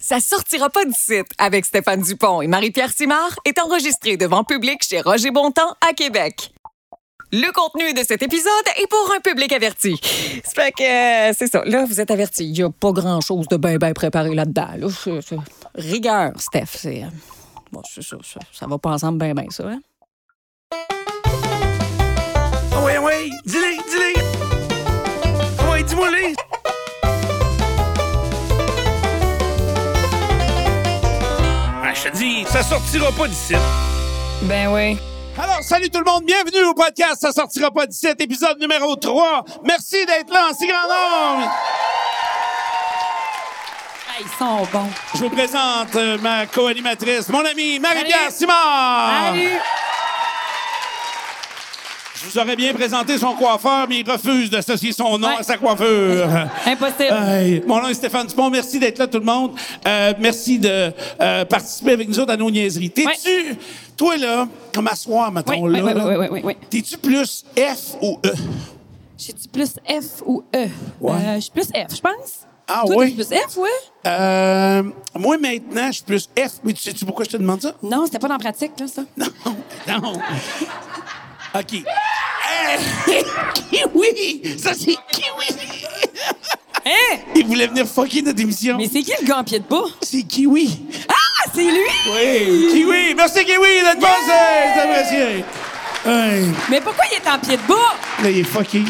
Ça sortira pas du site avec Stéphane Dupont et Marie-Pierre Simard est enregistré devant public chez Roger Bontemps à Québec. Le contenu de cet épisode est pour un public averti. C'est fait que euh, c'est ça. Là, vous êtes averti. Il n'y a pas grand-chose de bien bien préparé là-dedans. là. C'est- c'est- Rigueur, Steph. C'est euh, bon, c'est ça, ça. Ça va pas ensemble bien bien ça. hein? Oui, oui, Ah dis-le, dis-le. Ah Oui, dis-moi les. Ah, je te dis, ça sortira pas d'ici. Ben oui. Alors, salut tout le monde, bienvenue au podcast Ça sortira pas d'ici, épisode numéro 3. Merci d'être là en si grand nombre. ils sont bons. Je vous présente euh, ma co-animatrice, mon amie Marie-Pierre Ah, Simard. Je vous aurais bien présenté son coiffeur, mais il refuse d'associer son nom Ouais. à sa coiffure. Impossible. Aïe. Mon nom est Stéphane Dupont. Merci d'être là, tout le monde. Euh, merci de euh, participer avec nous autres à nos niaiseries. T'es-tu, toi, là, comme à soir, Oui, mettons, oui, là, oui, là, oui, oui, oui, oui. t'es-tu plus F ou E? J'ai-tu plus F ou E? Ouais. Euh, je suis plus F, je pense. Ah Toi, oui? t'es plus F, oui? Euh, moi, maintenant, je suis plus F. Mais tu sais-tu pourquoi je te demande ça? Non, c'était pas dans la pratique, là, ça. Non, non. OK. Hey, kiwi! Ça, c'est kiwi! Hein? Il voulait venir fucker notre émission. Mais c'est qui le gars en pied de bas? c'est kiwi. Ah, c'est lui! Oui, kiwi! Merci, kiwi, d'être passé! C'est apprécié. Hey, Mais pourquoi il est en pied de bas? là, il est fucké.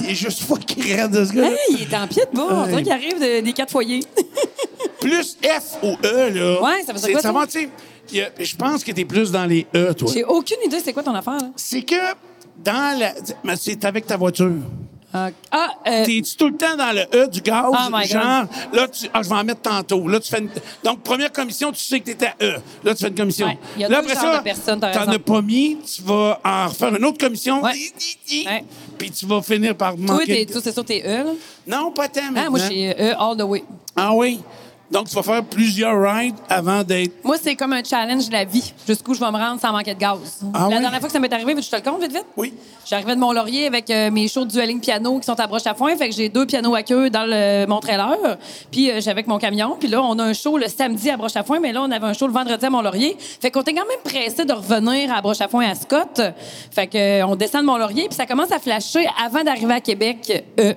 Il est juste fucké raide, de ce gars Hein, il est en pied de bas. On dirait qu'il arrive de- des quatre foyers. Plus F ou E, là. Ouais, ça veut dire c'est- quoi, Ça toi? va, tu sais, y a- Je pense que t'es plus dans les E, toi. J'ai aucune idée c'est quoi ton affaire, là. C'est que dans la. Mais c'est avec ta voiture. Ah, Ah, euh, T'es-tu tout le temps dans le E du gaz? Oh my God. genre, là, tu, ah, je vais en mettre tantôt. Là, tu fais une- Donc, première commission, tu sais que t'étais à E. Là, tu fais une commission. Ouais, il y a là, deux genres de personnes, t'as t'en raison. as pas mis, tu vas en refaire une autre commission. Ouais. Hi, hi, hi. Ouais. Puis tu vas finir par toi, manquer. t'es- toi, c'est sûr, t'es E, là. Non, pas tant, Ah, maintenant. moi, j'ai E all the way. Ah oui? Donc, tu vas faire plusieurs rides avant d'être... Moi, c'est comme un challenge de la vie. Jusqu'où je vais me rendre sans manquer de gaz. Ah la oui? dernière fois que ça m'est arrivé, veux-tu que je te le compte vite vite? Oui. J'arrivais de Mont-Laurier avec euh, mes shows de dueling piano qui sont à broche à foin. Fait que j'ai deux pianos à queue dans le, mon trailer. Puis euh, j'avais avec mon camion. Puis là, on a un show le samedi à broche à foin, mais là, on avait un show le vendredi à Mont-Laurier. Fait qu'on était quand même pressé de revenir à broche à foin à Scott. Fait que, euh, on descend de Mont-Laurier, puis ça commence à flasher avant d'arriver à Québec. Euh,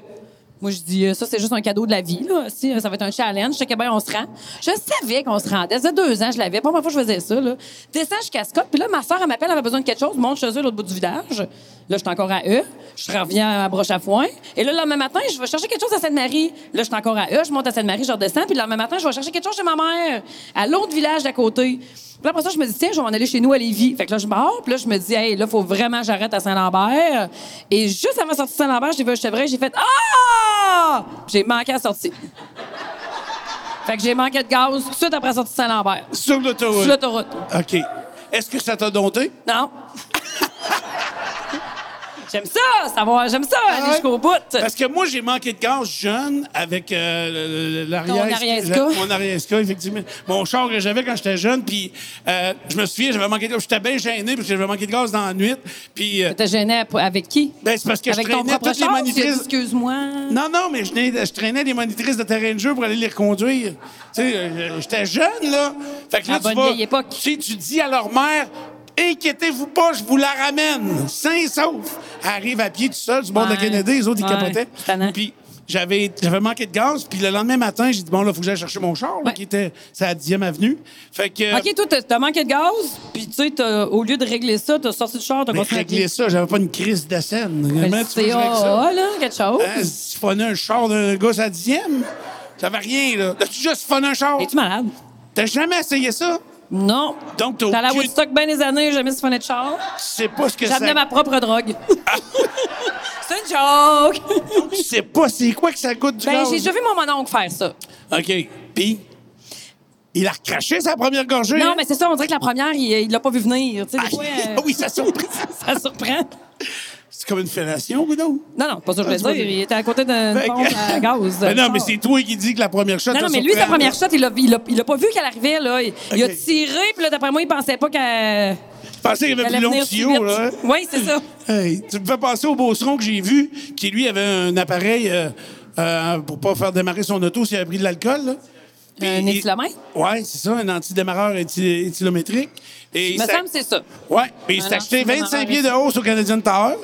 moi, je dis, euh, ça, c'est juste un cadeau de la vie. Là. Si, euh, ça va être un challenge. Je sais que bien, on se rend. Je savais qu'on se rendait. Ça faisait deux ans, je l'avais. Pas la première fois que je faisais ça. Là. Descends jusqu'à Scott. Puis là, ma soeur, elle m'appelle, elle avait besoin de quelque chose. Monte chez eux, l'autre bout du village. Là, je suis encore à E. Je reviens à broche à foin. Et là, le lendemain matin, je vais chercher quelque chose à Sainte-Marie. Là, je suis encore à E. Je monte à Sainte-Marie, je redescends. Puis le lendemain matin, je vais chercher quelque chose chez ma mère, à l'autre village d'à côté. Puis là, après ça, je me dis, tiens, je vais m'en aller chez nous à Lévis. Fait que là, je pars. Puis là, je me dis, hey, là, faut vraiment que j'arrête à Saint-Lambert. Et juste avant de sortir de Saint-Lambert, j'ai vu un chevreuil, j'ai fait, ah! J'ai manqué à la sortie. fait que j'ai manqué de gaz tout de suite après la sortie de Saint-Lambert. Sur l'autoroute. Sur l'autoroute. OK. Est-ce que ça t'a dompté? Non. j'aime ça, savoir, j'aime ça, aller jusqu'au bout. Parce que moi, j'ai manqué de gaz jeune avec euh, le- le- l'arrière. Ton Ariesca. la- Mon Ariesca, effectivement. Mon char que j'avais quand j'étais jeune. Puis euh, je me souviens, j'avais manqué de gaz. J'étais bien gêné parce que j'avais manqué de gaz dans la nuit. Puis euh, T'es gêné avec qui? ben, c'est parce que avec je ton traînais propre toutes les char? tu as dit, monitrices. Excuse-moi. Non, non, mais je, n'ai- je traînais des monitrices de terrain de jeu pour aller les reconduire. Tu sais, euh, j'étais jeune, là. Fait que là, La tu bonne vas- vieille époque. Tu sais, tu dis à leur mère, inquiétez-vous pas, je vous la ramène, sain et sauf. Elle arrive à pied tout seul du bord de Ouais. Kennedy, les autres, ils Ouais, capotaient. c'est tannant. Puis j'avais, j'avais manqué de gaz, puis le lendemain matin, j'ai dit, bon, là, faut que j'aille chercher mon char, là, Ouais. qui était c'est à la 10e avenue. Fait que. OK, toi, t'as- t'as manqué de gaz, puis tu sais, t'as- au lieu de régler ça, t'as sorti le char, t'as mais construit un régler ça, j'avais pas une crise de scène. Comment tu veux que je règle ça? CAA, là, quelque chose. Hein, si tu prenais un char d'un gars à 10e, ça va rien, là. Là, tu juste prenais un char. Es-tu malade? T'as jamais essayé ça? Non. Donc, t'as T'as la aucune- Woodstock bien des années, j'ai jamais siphonné de char. Tu sais pas ce que ça... J'amenais ma propre drogue. C'est une joke! Tu sais pas c'est quoi que ça goûte du Ben, gaz. j'ai déjà vu mon mononcle faire ça. OK. Puis, il a recraché sa première gorgée. Non, hein? mais c'est ça, on dirait que la première, il il l'a pas vu venir. Tu sais, des Ah, fois, euh, oui, ça surprend. ça surprend. C'est comme une fellation, ou non? Non, non, pas ça que je Ah, voulais tu dire. Il était à côté d'un Fait que- pompe à gaz. Ben non, Char. mais c'est toi qui dis que la première shot Non, t'a non, mais lui, sa surpris. première shot, il l'a il l'a- il l'a pas vu qu'elle arrivait, là. Il, il a Ok. tiré, puis là, d'après moi, il pensait pas qu'elle Je pensais qu'il y avait qu'elle plus allait long venir si vite. tuyau, là. hein? Oui, c'est ça. Hey, tu me fais passer au Beauceron que j'ai vu, qui, lui, avait un appareil euh, euh, pour pas faire démarrer son auto s'il avait pris de l'alcool, là. Un il- éthylomètre? Ouais, c'est ça, un antidémarreur éthi- éthylométrique. Et Il il me s'est- semble que Ah c'est ça. Ouais, puis il Un s'est acheté anti-démarreur 25 pieds de hausse au Canadian Tower,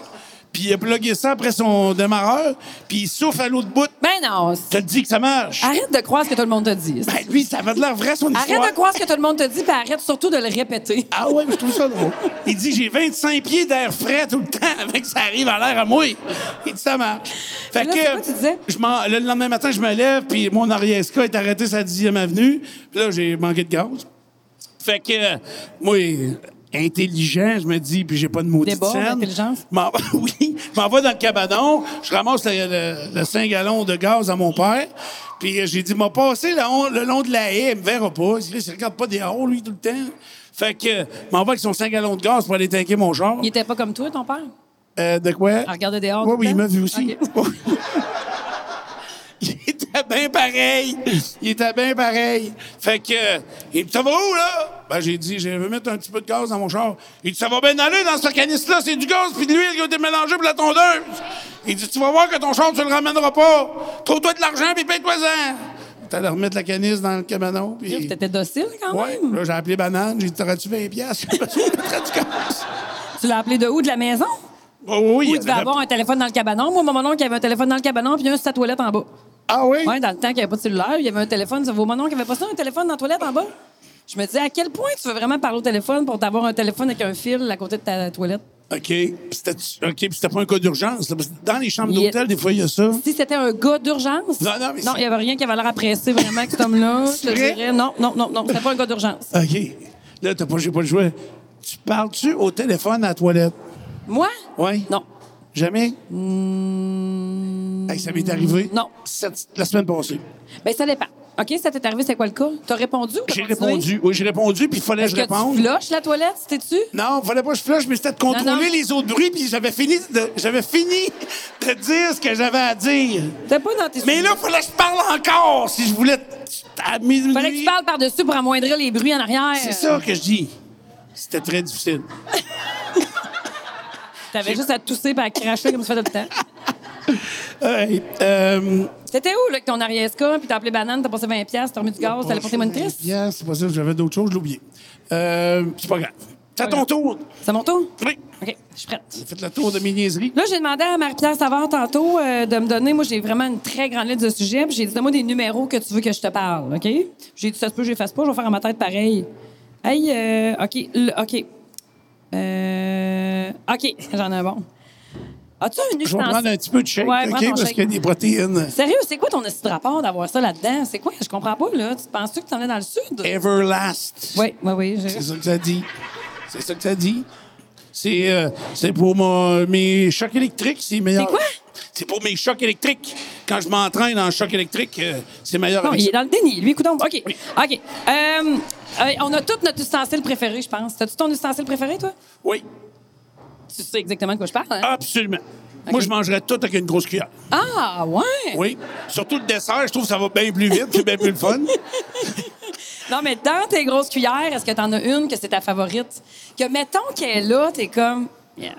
puis il a plugué ça après son démarreur, puis il souffle à l'autre bout. Ben non. Je c'est- te dis que ça marche. Arrête de croire ce que tout le monde te dit. Ben, lui, ça avait de l'air vrai, son Ah. Arrête histoire. de croire ce que tout le monde te dit, puis arrête surtout de le répéter. Ah ouais, mais je trouve ça drôle. Il dit j'ai 25 pieds d'air frais tout le temps avec ça arrive à l'air à moi. Il dit ça marche. Fait Là, c'est quoi tu disais? je m'en- le lendemain matin, je me lève puis mon Ariesca est arrêté sur la 10e avenue. Puis là, j'ai manqué de gaz. Fait que euh, moi intelligent, je me dis puis j'ai pas de maudite Débord, scène. intelligence. Je m'en- oui, je m'en vais dans le cabanon, je ramasse le, le, 5 gallons de gaz à mon père. Puis euh, j'ai dit, m'a passé le, hon- le long de la haie, il me verra pas. Il ne regarde pas des hauts, lui, tout le temps. Fait que, euh, m'en va avec son 5 gallons de gaz pour aller tanker mon char. Il était pas comme toi, ton père? Euh, de quoi? Ah, regardez dehors Oui, tout oui, le il temps? m'a vu aussi. Ok. il était bien pareil. Il était bien pareil. Fait que, euh, il me dit, ça va où, là? Ben, j'ai dit, je vais mettre un petit peu de gaz dans mon char. Il dit, ça va bien aller dans ce canis-là, c'est du gaz puis de l'huile qui a été mélangée pour la tondeuse. Il dit, tu vas voir que ton char, tu le ramèneras pas. Trouve-toi de l'argent puis paye-toi-en. T'allais remettre la canisse dans le cabanon. puis... T'étais docile quand Ouais, même. là, j'ai appelé Banane, j'ai dit, t'aurais-tu 20 piastres? J'ai besoin de du gaz. Tu l'as appelé de où? De la maison? Oh, oui, il y Ou en tu vas avait- avoir un téléphone dans le cabanon? Moi, mon oncle il avait un téléphone dans le cabanon, puis un sur sa toilette en bas. Ah oui? Ouais, dans le temps qu'il n'y avait pas de cellulaire, il y avait un téléphone. Ça vaut mon oncle qui avait pas ça, un téléphone dans la toilette en bas. Je me disais, à quel point tu veux vraiment parler au téléphone pour t'avoir un téléphone avec un fil à côté de ta toilette? OK. Puis C'était OK, puis c'était pas un cas d'urgence. là, parce que Dans les chambres Il y a- d'hôtel, des fois, il y a ça. Si c'était un gars d'urgence? Non, non, mais c'est- Non, il n'y avait rien qui avait l'air à presser vraiment que cet homme-là. je te vrai? dirais. Non, non, non, non. C'était pas un gars d'urgence. OK. Là, t'as pas, j'ai pas le choix. Tu parles-tu au téléphone à la toilette? Moi? Oui. Non. Hmm. Jamais? Hey, ça m'est arrivé? Non. Cette- la semaine passée. Ben ça dépend. OK, ça t'est arrivé, c'est quoi le cas? T'as répondu ou t'as J'ai continué? répondu. Oui, j'ai répondu, puis il fallait que Est-ce je que réponde. tu flushes la toilette, c'était-tu? Non, fallait pas que je flush, mais c'était de contrôler Non, non. les autres bruits, puis j'avais fini, de, j'avais fini de dire ce que j'avais à dire. T'es pas dans tes Mais là, fallait que je parle encore si je voulais. t- à minuit. Fallait que tu parles par-dessus pour amoindrir les bruits en arrière. C'est ça que je dis. C'était très difficile. T'avais juste à tousser et à cracher comme tu fais tout le temps. Hey, euh, C'était où, là, avec ton Ariesca, puis t'as appelé Banane, t'as passé 20$, piastres, t'as remis du gaz, t'as allé porter monitrice? Bien, c'est possible, j'avais d'autres choses, je l'ai oublié. Euh, c'est pas grave. C'est à ton tour. C'est mon tour? Oui. OK, je suis prête. Faites le tour de mes niaiseries. Là, j'ai demandé à Marie-Pierre Savard tantôt euh, de me donner. Moi, j'ai vraiment une très grande liste de sujets. Puis j'ai dit, donne-moi des numéros que tu veux que je te parle. OK? J'ai dit, ça se peut, je les fasse pas. Je vais faire à ma tête pareil. Hey, euh, OK. le- OK. Euh, OK, j'en ai un bon. As-tu un Je vais ustensile? prendre un petit peu de shake, Ouais, OK? prends ton Parce shake. qu'il y a des protéines. Sérieux, c'est quoi ton esti de rapport d'avoir ça là-dedans? C'est quoi? Je comprends pas, là. Tu penses-tu que t'en es dans le sud? Eh, Everlast. Oui, oui, oui. je- C'est ça que ça dit. C'est ça que ça dit. C'est, euh, c'est pour mon- mes chocs électriques, c'est meilleur. C'est quoi? C'est pour mes chocs électriques. Quand je m'entraîne en choc électrique, euh, c'est meilleur Non, avec il ça. est dans le déni, lui, coudonc. OK. OK. Euh, euh, on a tous notre ustensile préféré, je pense. T'as-tu ton ustensile préféré, toi? Oui, Tu sais exactement de quoi je parle, hein? absolument. Moi, je mangerais tout avec une grosse cuillère. Ah, ouais! Oui. Surtout le dessert, je trouve que ça va bien plus vite, c'est bien plus le fun. Non, mais dans tes grosses cuillères, est-ce que t'en as une que c'est ta favorite? Que, mettons qu'elle est là, t'es comme... Yeah.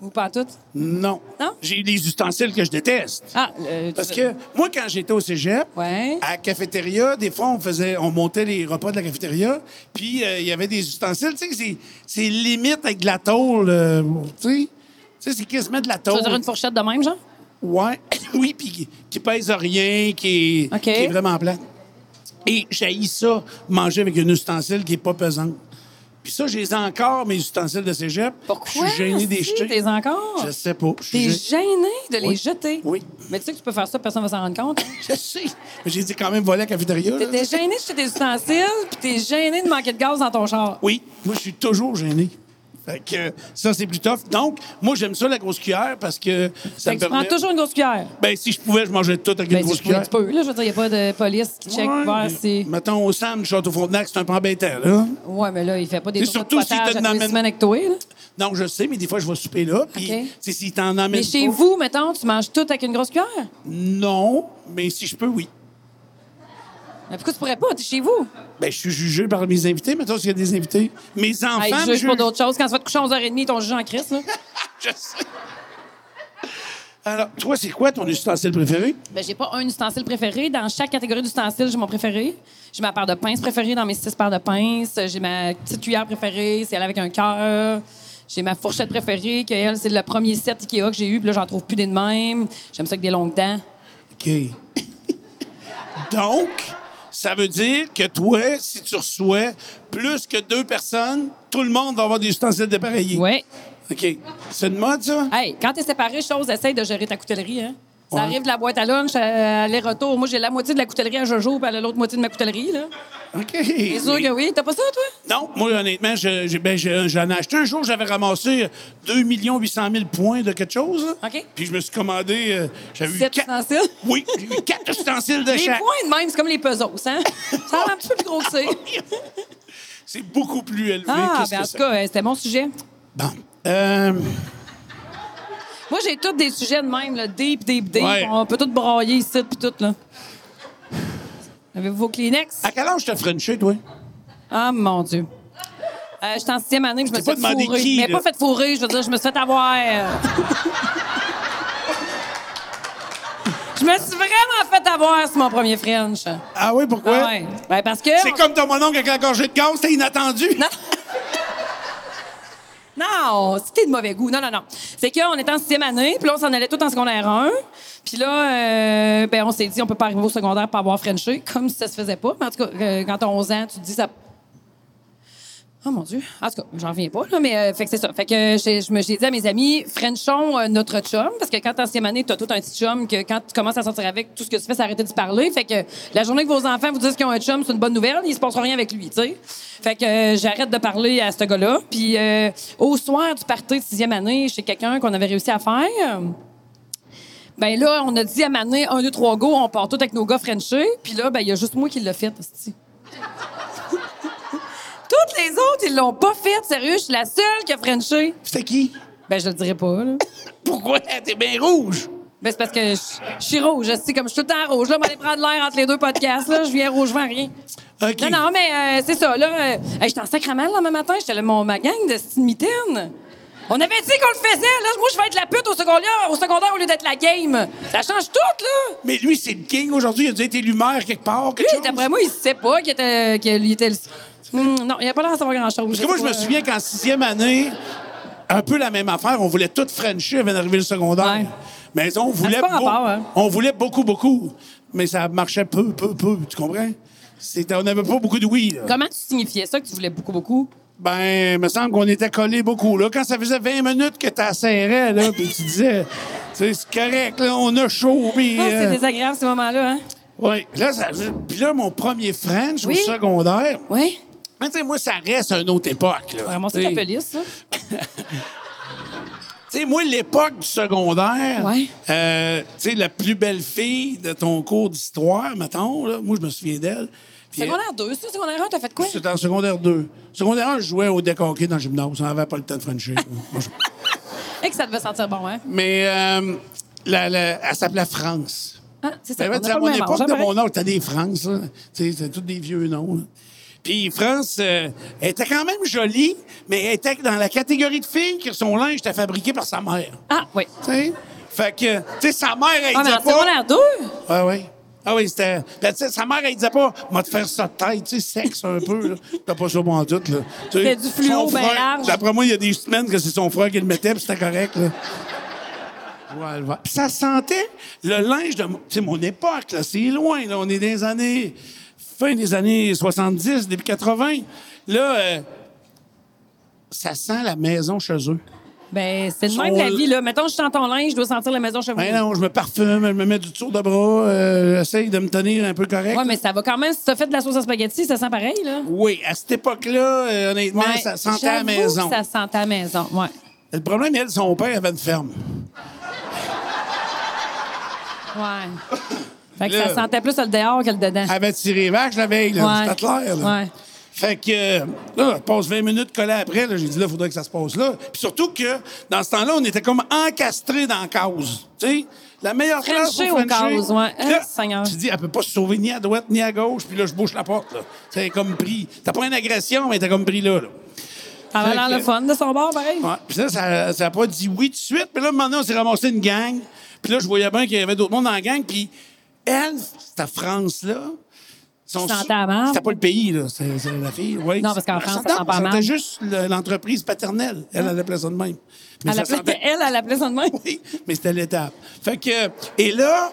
Ou pas toutes? Non. Non? J'ai des ustensiles que je déteste. Ah, euh, tu- Parce que moi, quand j'étais au cégep, Ouais. à la cafétéria, des fois, on faisait, on montait les repas de la cafétéria, puis euh, il y avait des ustensiles, tu sais, c'est- c'est limite avec de la tôle, euh, tu sais. Tu sais, c'est quasiment de la Tu tôle. veux dire une fourchette de même, genre? Ouais. oui, puis qui, qui pèse rien, qui est, OK. qui est vraiment plate. Et j'ai ça, manger avec une ustensile qui est pas pesante. Puis ça, j'ai encore mes ustensiles de cégep. Pourquoi? Je suis gêné des si, jeter. t'es encore? Je sais pas. Je suis T'es gêné. gêné de les Oui. jeter? Oui. Mais tu sais que tu peux faire ça, personne va s'en rendre compte. hein? Je sais. Mais j'ai dit quand même, voilà, la cafétéria. là. T'es gêné de jeter tes ustensiles, puis t'es gêné de manquer de gaz dans ton char. Oui, moi, je suis toujours gêné. Fait que euh, ça, c'est plus tough. Donc, moi, j'aime ça, la grosse cuillère, parce que ça me Fait que tu prends permet... toujours une grosse cuillère. Ben, si je pouvais, je mangeais tout avec Ben, une si grosse je pouvais, cuillère. tu peux, là. Je veux dire, il n'y a pas de police qui check Ouais, mais- voir si... Mettons, au Sam, Château-Frontenac, c'est un hein? peu embêtant, là. Ouais, mais là, il fait pas des Et tournées de surtout si potage t'as à une tous les amène- semaines avec toi, là. Non, je sais, mais des fois, je vais souper là, puis OK. tu sais, s'ils t'en amènent Mais chez pas- vous, mettons, tu manges tout avec une grosse cuillère? Non, mais si je peux, oui. Mais pourquoi tu pourrais pas? T'es chez vous. Ben, je suis jugé par mes invités. Mettons, s'il y a des invités. Mes enfants Hey, me juge pour jugent. d'autres choses. Quand tu vas te coucher à 11h30, ton juge en crise, là. Je sais. Alors, toi, c'est quoi ton ustensile préféré? Ben, j'ai pas un ustensile préféré. Dans chaque catégorie d'ustensile, j'ai mon préféré. J'ai ma paire de pinces préférée dans mes six paires de pinces. J'ai ma petite cuillère préférée, c'est elle avec un cœur. J'ai ma fourchette préférée, que elle, c'est le premier set IKEA que j'ai eu, puis là, j'en trouve plus des de même. J'aime ça avec des longues dents. OK. Donc, ça veut dire que toi, si tu reçois plus que deux personnes, tout le monde va avoir des ustensiles dépareillés. Ouais. OK. C'est une mode, ça? Hey, quand t'es séparé, chose, essaye de gérer ta coutellerie, hein. Ça Ouais. arrive de la boîte à lunch, euh, aller-retour. Moi, j'ai la moitié de la coutellerie à Jojo, puis elle a l'autre moitié de ma coutellerie, là. OK. C'est sûr que oui. T'as pas ça, toi? Non, moi, honnêtement, je- j'ai- ben, j'ai- j'en ai acheté un jour, j'avais ramassé 2 800 000 points de quelque chose. là. OK. Puis je me suis commandé. euh, j'avais eu Sept quatre- ustensiles? Oui, j'ai eu quatre ustensiles de Les chaque. points de même, c'est comme les puzzles, hein? Ça a un petit peu plus gros que c'est. C'est beaucoup plus élevé Ah, que ce ben en que tout ça. cas, euh, c'était mon sujet. Bon. Euh, Moi, j'ai tous des sujets de même, là, deep, deep, deep. Ouais. On peut tout brailler ici, puis tout, là. Avez-vous vos Kleenex? à quel âge t'as frenché, toi? Ah, mon Dieu. Euh, je suis en sixième année que je me t'ai suis pas fait demandé fourrer. qui, mais là. pas fait fourrer, je veux dire, je me suis fait avoir. je me suis vraiment fait avoir, c'est mon premier French. Ah oui, Ah pourquoi? ouais. Ben, parce que... C'est comme ton mononcle avec la gorgée de gaz, c'est inattendu. Non, c'était de mauvais goût. Non, non, non. C'est qu'on était en sixième année, puis là, on s'en allait tout en secondaire 1. Puis là, euh, ben, on s'est dit, on peut pas arriver au secondaire pour avoir Frenché, comme si ça se faisait pas. Mais en tout cas, euh, quand t'as 11 ans, tu te dis ça. Oh mon Dieu. En tout cas, j'en reviens pas, là, mais euh, fait que c'est ça. Fait que euh, j'ai- je me j'ai dit à mes amis, Frenchons euh, notre chum, parce que quand t'es en sixième année, t'as tout un petit chum que quand tu commences à sortir avec, tout ce que tu fais, c'est arrêter de parler. Fait que euh, la journée que vos enfants vous disent qu'ils ont un chum, c'est une bonne nouvelle, il se passe rien avec lui, tu sais. Fait que euh, j'arrête de parler à ce gars-là. Puis euh, au soir du party de sixième année, chez quelqu'un qu'on avait réussi à faire. Ben là, on a dit à Mané, un, deux, trois, go, on part tout avec nos gars Frenchés. Puis là, ben, il y a juste moi qui l'a fait, hostie. Toutes les autres, ils l'ont pas fait, sérieux. Je suis la seule qui a Frenché. C'était qui? Ben, je le dirais pas, là. Pourquoi? T'es bien rouge. Ben, c'est parce que je- je suis rouge, hostie, comme je suis tout le temps rouge. Là, on va aller prendre l'air entre les deux podcasts, là. Je viens rouge, je vends rien. OK. Non, non, mais euh, c'est ça, là. euh, hey, j'étais en sacrament le lendemain matin. J'étais là, mon, ma gang de petite mitaine. On avait dit qu'on le faisait, là. Moi, je vais être la pute au secondaire, au secondaire au lieu d'être la game. Ça change tout, là. Mais lui, c'est le king aujourd'hui. Il a dû être élu maire quelque part. Quelque Lui, chose. d'après moi, il sait pas qu'il était, qu'il était le... Hmm, non, il a pas l'air de savoir grand-chose. Parce que moi, je me souviens qu'en sixième année, un peu la même affaire, on voulait tout Frencher avant d'arriver le secondaire. Ouais. Mais on voulait, Ça fait pas beau- rapport, hein. on voulait beaucoup, beaucoup. Mais ça marchait peu, peu, peu. Tu comprends? C'était- On n'avait pas beaucoup de oui. là. Comment tu signifiais ça que tu voulais beaucoup, beaucoup? Ben, il me semble qu'on était collés beaucoup. Là. Quand ça faisait 20 minutes que tu serrais, là, puis tu disais, c'est c'est correct, là, on a chaud. puis, Ah, c'est euh, désagréable, ces moments-là, hein? Oui, là, ça- puis là, mon premier French Oui. au secondaire, Oui? mais tu sais, moi, ça reste une autre époque. Là. Vraiment, c'est Tu sais, la police, ça. tu sais, moi, l'époque du secondaire, Ouais. euh, tu sais, la plus belle fille de ton cours d'histoire, mettons, là, moi, je me souviens d'elle. Puis, Secondaire 2, ça? Secondaire 1, t'as fait quoi? euh, C'était en secondaire 2. Secondaire 1, je jouais au deck hockey dans le gymnase. On n'avait pas le temps de Frencher. Moi, je- Et que ça devait sentir bon, hein? Mais euh, la, la- elle s'appelait France. Ah, c'est ça. Ben, on a tu sais, pas à le mon même époque, âge, de hein, mon âge, t'as des France, là. Tu sais, c'est tous des vieux noms. là. Puis France, euh, elle était quand même jolie, mais elle était dans la catégorie de filles que son linge était fabriqué par sa mère. Ah, oui. Tu sais? Fait que, tu sais, sa mère, elle Ah, mais disait en secondaire 2? pas... Ouais, ouais. Ah oui, c'était... Ben, tu sais, sa mère, elle disait pas, « Va te faire ça de tête, tu sais, sexe un peu, là. » T'as pas ça bon doute, là. Tu sais, C'était du fluo, son ben frère- large. D'après moi, il y a des semaines que c'est son frère qui le mettait, puis c'était correct, là. Ouais, ouais. Puis ça sentait le linge de... mon- C'est mon époque, là. C'est loin, là. On est des années... Fin des années 70, début 80. Là, euh, ça sent la maison chez eux. Ben, c'est de Son- même la vie, là. Mettons, je suis dans ton linge, je dois sentir la maison chez vous. Ben non, je me parfume, je me mets du tour de bras, euh, j'essaye de me tenir un peu correct. Ouais, mais ça va quand même. Si t'as fait de la sauce à spaghetti, ça sent pareil, là. Oui, à cette époque-là, euh, honnêtement, Ben, ça sentait à la j'avoue maison. que Ça sentait à la maison, ouais. Le problème, elle, son père avait une ferme. Ouais. Fait que Là. Ah, ça sentait plus le dehors que le dedans. Elle avait tiré les vaches la veille, là, Ouais. c'était clair. là. Ouais. Fait que euh, là, je passe 20 minutes collé après, là, j'ai dit là, il faudrait que ça se passe là. Puis surtout que, dans ce temps-là, on était comme encastrés dans la cause. Tu sais, la meilleure classe Frencher pour aux Frencher. cases, ouais. Puis là, Ah, Seigneur. Tu dis, elle peut pas se sauver ni à droite ni à gauche, puis là, je bouche la porte. là. T'es comme pris. T'as pas une agression, mais t'es comme pris là. là. Ça avait Fait l'air que- le fun de son bord, pareil. Ouais. Puis là, ça n'a pas dit oui tout de suite. Puis là, un moment donné, on s'est ramassé une gang. Puis là, je voyais bien qu'il y avait d'autres monde dans la gang. Puis elle, cette France-là, son- Qui sentait la marde. c'était pas le pays, là. C'est c'est la fille, oui. Non, parce qu'en Elle France, ça sentait- sent elle pas sentait mal. juste le- l'entreprise paternelle. Elle, elle appelait ça de même. Mais Elle ça appelait, sentait- elle, elle appelait ça de même. oui, mais c'était l'étape. Fait que, et là,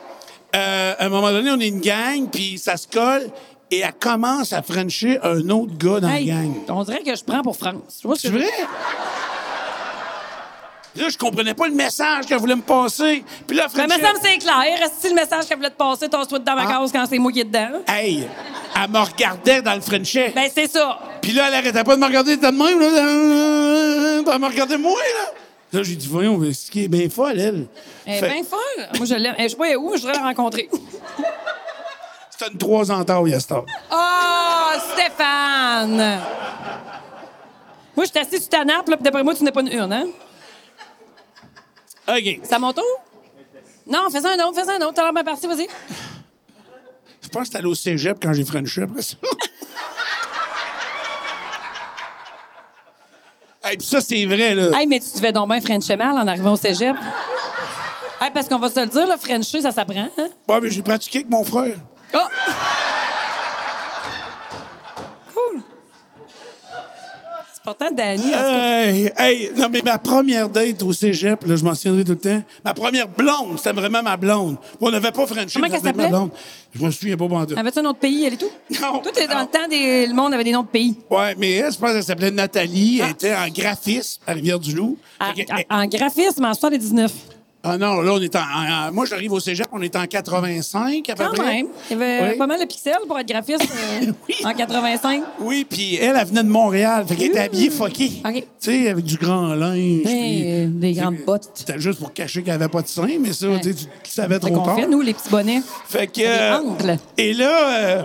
euh, à un moment donné, on est une gang, puis ça se colle, et elle commence à frencher un autre gars dans Hey, la gang. on dirait que je prends pour France. Tu vois ce que C'est je veux vrai? dire? Là, je comprenais pas le message qu'elle voulait me passer. Puis là, Ben, Mais Frenchie, me semble que c'est clair. Si le message qu'elle voulait te passer, t'en souhaites dans ma Ah. case quand c'est moi qui est dedans. Hey, elle me regardait dans le Frenchie. Ben, c'est ça. Puis là, elle arrêtait pas de me regarder de même, là. Puis Elle me regardait moi, là. Là, j'ai dit, voyons, mais ce qui est bien folle, elle. Elle est Fait- bien Eh, ben, folle. Moi, je l'aime. Elle, Je sais pas où, mais je voudrais la rencontrer. C'était une trois ans tard, Yastar. Oh, Stéphane! Moi, je suis assise sur ta nappe, là, puis d'après moi, tu n'es pas une urne, hein? OK. C'est à mon tour? Non, fais un autre, fais un autre. T'as l'air bien parti, vas-y. Je pense que c'est allé au cégep quand j'ai Frenché après ça. hey, puis ça, c'est vrai, là. Hey, mais tu te fais donc bien Frencher mal en arrivant au cégep. hey, parce qu'on va se le dire, le Frencher, ça s'apprend, hein? Ouais, mais j'ai pratiqué avec mon frère. Oh! Cool. C'est pourtant Danny. Euh. en tout cas. Hey, hey, non, mais ma première date au cégep, là, je m'en souviendrai tout le temps. Ma première blonde, c'était vraiment ma blonde. On n'avait pas Frenché. Comment ça qu'elle s'appelait ma s'appelait? Ah, blonde. Je me souviens pas bandé. Avais-tu un autre pays, elle et tout? Non. Tout est dans Non. le temps, des... le monde avait des noms de pays. Ouais, mais elle, je pense qu'elle s'appelait Nathalie. Ah. Elle était en graphisme à Rivière-du-Loup. En, Fait que- elle- en- en graphisme, en 79. Ah non, là, on est en. en- en- moi, j'arrive au cégep, on est en 85 à peu Quand près. même. Il y avait Oui. pas mal de pixels pour être graphiste euh, Oui. en 85. Oui, puis elle, elle venait de Montréal. Fait qu'elle était Ouh. habillée fuckée. Mmh. OK. Tu sais, avec du grand linge. puis- Hey, euh, des grandes bottes. C'était juste pour cacher qu'elle avait pas de sein, mais ça, tu sais, tu tu savais C'est trop qu'on tard. fait, nous, les petits bonnets. Fait que. euh, Des angles. et là, euh,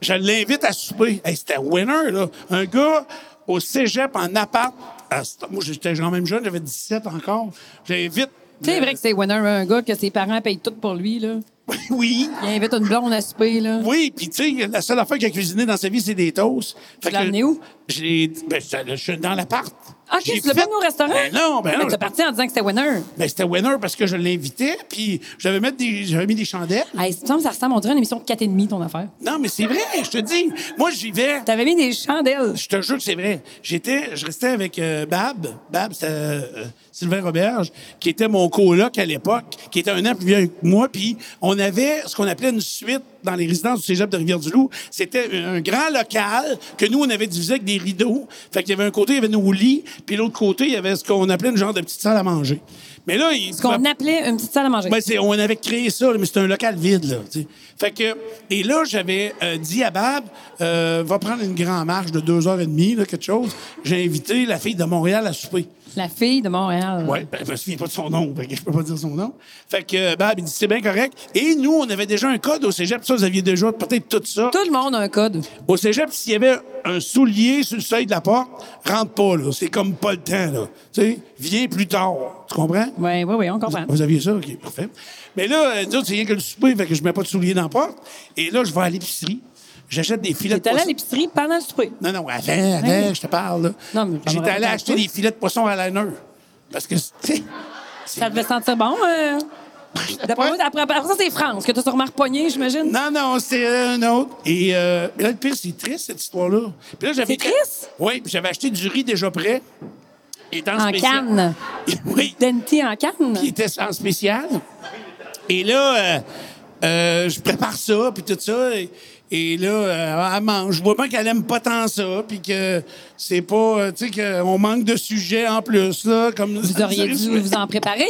je l'invite à souper. Hey, c'était winner, là. Un gars au cégep en appart. à cette- moi, j'étais quand même jeune, j'avais 17 encore. J'invite. C'est vrai que c'est winner, un gars que ses parents payent tout pour lui. Là. Oui. Il invite une blonde à souper. Là. Oui, puis tu sais, la seule affaire qu'il a cuisiné dans sa vie, c'est des toasts. Fait Tu l'as amené où? Je l'ai. Ben, je je suis dans l'appart. Ah, J'ai Chris, tu l'as fait- pas mis au restaurant? Ah, Ben non, ben non. Mais t'es je- parti en disant que c'était winner. ben, c'était winner parce que je l'invitais, puis j'avais mettre des- j'avais mis des chandelles. Hey, ça me semble que ça ressemble, on dirait une émission de 4,5, ton affaire. Non, mais c'est vrai, je te dis. Moi, j'y vais. T'avais mis des chandelles. Je te jure que c'est vrai. J'étais, je restais avec euh, Bab, Bab, c'était euh, Sylvain Roberge, qui était mon coloc à l'époque, qui était un an plus vieux que moi, puis on avait ce qu'on appelait une suite dans les résidences du cégep de Rivière-du-Loup. C'était un un grand local que nous, on avait divisé avec des rideaux. Fait qu'il y avait un côté, il y avait nos lits, puis l'autre côté, il y avait ce qu'on appelait une genre de petite salle à manger. Mais là, il Ce qu'on appelait une petite salle à manger. ben, c'est- on avait créé ça, là, mais c'était un local vide. Là, tu sais. fait que, et là, j'avais euh, dit à Bab, euh, va prendre une grande marche de deux heures et demie, là, quelque chose. J'ai invité la fille de Montréal à souper. La fille de Montréal. Ouais, ben, je me souviens pas de son nom, fait que je peux pas dire son nom. Fait que euh, Bab, il dit, c'est bien correct. Et nous, on avait déjà un code au cégep, ça, vous aviez déjà peut-être tout ça. Tout le monde a un code. Au cégep, s'il y avait un soulier sur le seuil de la porte, rentre pas, là. C'est comme pas le temps, là. Tu sais, viens plus tard. Tu comprends? Oui, oui, oui, on comprend. Vous aviez ça? OK, parfait. Mais là, euh, nous autres, c'est rien que le souper, fait que je mets pas de souliers dans la porte. Et là, je vais à l'épicerie. J'achète des filets de T'es allé à poisson. l'épicerie pendant le souper. Non, non, avant, avant, je te parle. là. Non, mais je J'étais me allé rappelle acheter pas. des filets de poisson à l'anneur. Parce que, tu sais, Ça devait sentir bon. euh. D'après moi, après, après ça, c'est France, que tu sûrement repogné, j'imagine. Non, non, c'est un autre. Et euh, là, le pire, c'est triste, cette histoire-là. Puis là, j'avais- C'est triste? Oui, puis j'avais acheté du riz déjà prêt. Et dans En spécial- canne. oui. Denti en canne. qui était en spécial. Et là, euh, euh, je prépare ça, puis tout ça. Et, et là, euh, elle mange. Je vois bien qu'elle aime pas tant ça, puis que c'est pas... euh, tu sais, qu'on manque de sujets en plus, là, comme... Vous auriez dû vous en préparer.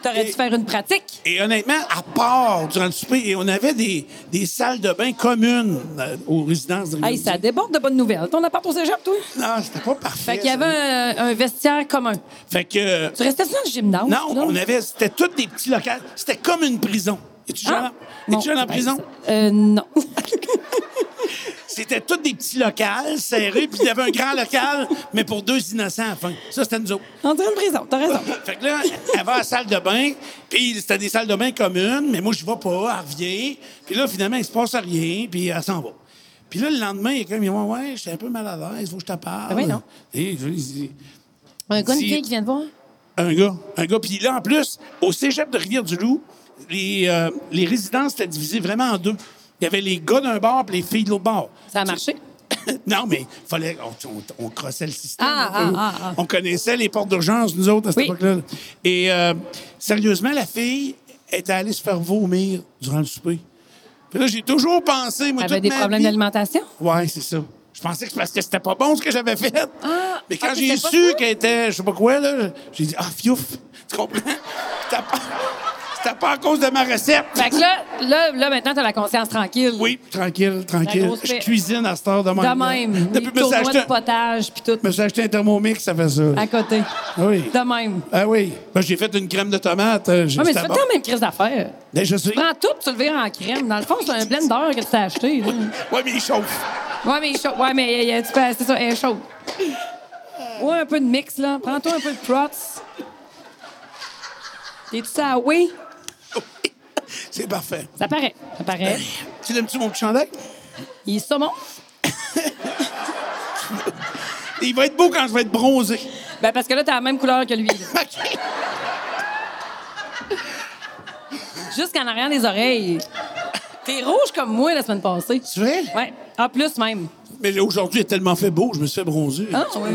T'aurais dû faire une pratique. Et honnêtement, à part durant le souper, et on avait des, des salles de bain communes euh, aux résidences de Hey, Rivière-du-Loup. ça déborde de bonnes nouvelles. Ton appart au cégep, toi? Non, c'était pas parfait. Fait qu'il y avait un, un vestiaire commun. ça. Fait que... euh, Tu restais dans le gymnase? Non, là? on avait... C'était tous des petits locales. C'était comme une prison. Es-tu Ah, es bon, en ben, prison? ça- Euh, non. C'était tous des petits locales serrés, puis il y avait un grand local, mais pour deux innocents à la fin. Ça, c'était nous autres. On dirait une prison, t'as raison. Fait que là, elle va à la salle de bain, puis c'était des salles de bain communes, mais moi, je vais pas, elle revient. Puis là, finalement, il se passe rien, puis elle s'en va. Puis là, le lendemain, il est comme, il dit, ouais, j'étais un peu mal à l'aise, faut que je te parle. Ah oui, Ah non. Et je lui dis, Un gars, une Si- fille qui vient de voir. Un gars. Un gars. Puis là, en plus, au cégep de Rivière-du-Loup, les, euh, les résidences étaient divisées vraiment en deux. Il y avait les gars d'un bar puis les filles de l'autre bar. Ça a marché? non, mais fallait, on, on, on crossait le système. Ah, un peu. ah, ah, ah. On connaissait les portes d'urgence, nous autres, à cette Oui. époque-là. Et euh, sérieusement, la fille était allée se faire vomir durant le souper. Puis là, j'ai toujours pensé, moi, Elle avait toute des ma problèmes vie- d'alimentation? Ouais, c'est ça. Je pensais que c'est parce que c'était pas bon ce que j'avais fait. Ah, Mais quand ah, j'ai c'était pas su ça? qu'elle était, je sais pas quoi, là, j'ai dit, ah, fiouf, tu comprends? C'était pas, c'était pas à cause de ma recette. Fait que là, là, là maintenant, t'as la conscience tranquille. Oui, tranquille, tranquille. grosse Je paix. cuisine à cette heure de même. De même. Depuis Depuis que je me suis acheté de un- potage, puis tout, je me suis acheté un thermomix, ça fait ça. à côté. Oui. De même. Ah oui. Ben, j'ai fait une crème de tomate. euh, j'ai- Ah, mais tu c'était fais bon. quand même crise d'affaires. Ben, je sais. Tu prends tout, tu le vires en crème. Dans le fond, c'est un blender que tu t'es acheté. là. Oui, mais il chauffe. Ouais, mais il est chaud. Ouais, mais il y a- tu peux- c'est ça, elle est chaude. Ouais, un peu de mix, là. Prends-toi un peu de prots. T'es-tu ça? Oui. C'est parfait. Ça paraît. Ça paraît. Tu l'aimes-tu, mon petit chandail? Il est saumon. Il va être beau quand je vais être bronzé. Ben, parce que là, t'as la même couleur que lui. là. OK. Jusqu'en arrière des oreilles. T'es rouge comme moi la semaine passée. Tu vois? Ouais. En plus, même. Mais aujourd'hui, il a tellement fait beau, je me suis fait bronzer. Ah, oui.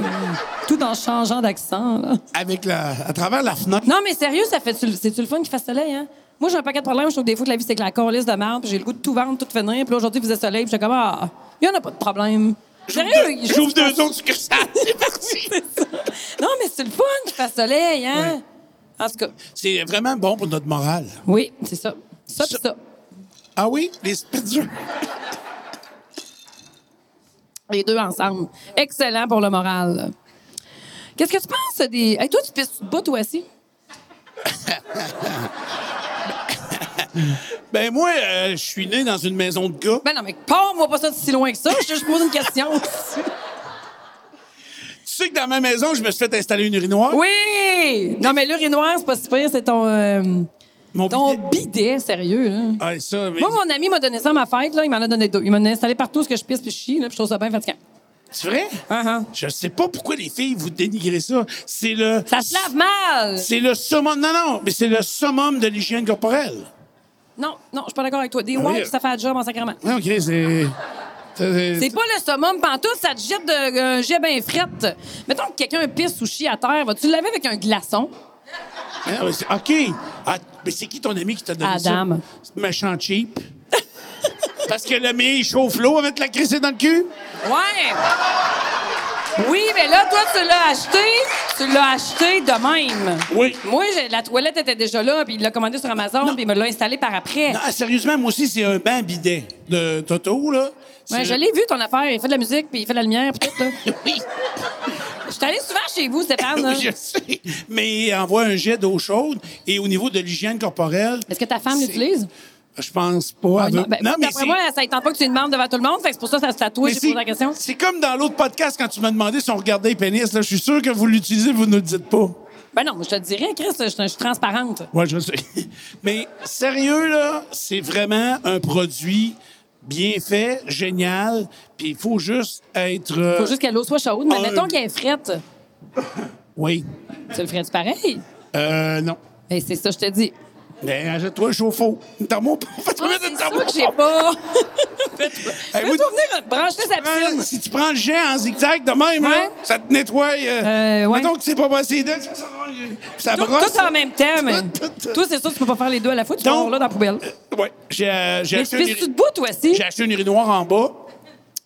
Tout en changeant d'accent, là. Avec la... À travers la fenêtre. Non, mais sérieux, ça fait c'est-tu le fun qui fasse soleil, hein? Moi, j'ai un paquet de problèmes. Je trouve que des fois que la vie, c'est que la corlisse de merde, puis j'ai le goût de tout vendre, tout finir. Puis là, aujourd'hui, il faisait soleil, puis j'étais comme, ah, il n'y en a pas de problème. Sérieux? il- J'ouvre deux autres succursales. C'est parti. C'est ça. Non, mais c'est le fun qui fasse soleil, hein? En tout cas, C'est vraiment bon pour notre morale. oui, c'est ça. Ça, puis ça. Ah oui? Les speeders. Les deux ensemble. Excellent pour le moral. Qu'est-ce que tu penses des. Hey, toi, tu pisses tu te bats, toi aussi? Ben moi, euh, je suis né dans une maison de gars. Ben non, mais pars-moi pas ça de si loin que ça. Je je pose une question. Tu sais que dans ma maison, je me suis fait installer une urinoire. oui! Non, mais l'urinoir, c'est pas si pire, c'est ton. euh, Mon Ton bidet- bidet, sérieux. Là. Ah, ça, mais... Moi, mon ami m'a donné ça à ma fête. Là. Il m'en a donné deux. Il m'en a installé partout ce que je pisse puis je chie. Là, puis je trouve ça bien fatigant. C'est vrai? Uh-huh. Je sais pas pourquoi les filles vous dénigrez ça. C'est le. Ça se lave mal! C'est le summum. Non, non, mais c'est le summum de l'hygiène corporelle. Non, non, je suis pas d'accord avec toi. Des Ah, oui. wipes, ça fait le job en sacrement. Non, OK, c'est. c'est- C'est pas le summum pantoute, ça te jette de un jet bien frette. Mettons que quelqu'un pisse ou chie à terre, vas-tu le laver avec un glaçon? Hein? Ah, oui, c'est- OK. Ah, mais c'est qui ton ami qui t'a donné Adam. ça? C'est Méchant cheap. Parce que le mien, il chauffe l'eau avec la crissée dans le cul. Ouais! Oui, mais là, toi, tu l'as acheté, tu l'as acheté de même. Oui. Moi, j'ai- la toilette était déjà là, puis il l'a commandé sur Amazon, puis il me l'a installé par après. Non, ah, sérieusement, moi aussi, c'est un bain bidet de Toto, là. C'est Ouais, le- je l'ai vu ton affaire. Il fait de la musique, puis il fait de la lumière, puis tout. Là. Je suis allée souvent chez vous, Stéphane. hein. Je sais. Mais il envoie un jet d'eau chaude. Et au niveau de l'hygiène corporelle. Est-ce que ta femme c'est- l'utilise? Je pense pas. elle Non, veut- ben, Non, mais d'après c'est- moi, ça ne tente pas que tu lui demandes devant tout le monde. Fait que c'est pour ça que ça se tatoue. Mais J'ai c'est- posé la question. C'est comme dans l'autre podcast quand tu m'as demandé si on regardait les pénis. Là, je suis sûr que vous l'utilisez, vous ne le dites pas. Ben non, je te dirais, Chris, je, je suis transparente. Ouais, je sais. Mais sérieux, là, c'est vraiment un produit bien fait, génial. Puis il faut juste être. euh, Faut juste que l'eau soit chaude. Mais Ah, mettons euh, qu'elle est frette. Oui. Tu le ferais-tu pareil? Euh, non. Ben, c'est ça, je te dis. Mais achète-toi un chauffe-eau. Une thermo. Fais-toi Ah, mettre une c'est ça thermo- que j'ai pas. Hey, moi, Fais-toi venir brancher sa Prends- piscine. Si tu prends le jet en zigzag de même, là, Ouais. ça te nettoie. Euh, Euh, ouais. Mettons que c'est pas passé dedans, ça, ça- ça Tout, brosse. tout en même temps, mais. Tout, tout, tout. Toi, c'est sûr, tu peux pas faire les deux à la fois. Tu vas Donc- voir là dans la poubelle. Ouais, j'ai euh, j'ai Mais acheté tu un fais-tu iri- debout, toi aussi? J'ai acheté une urinoir en bas.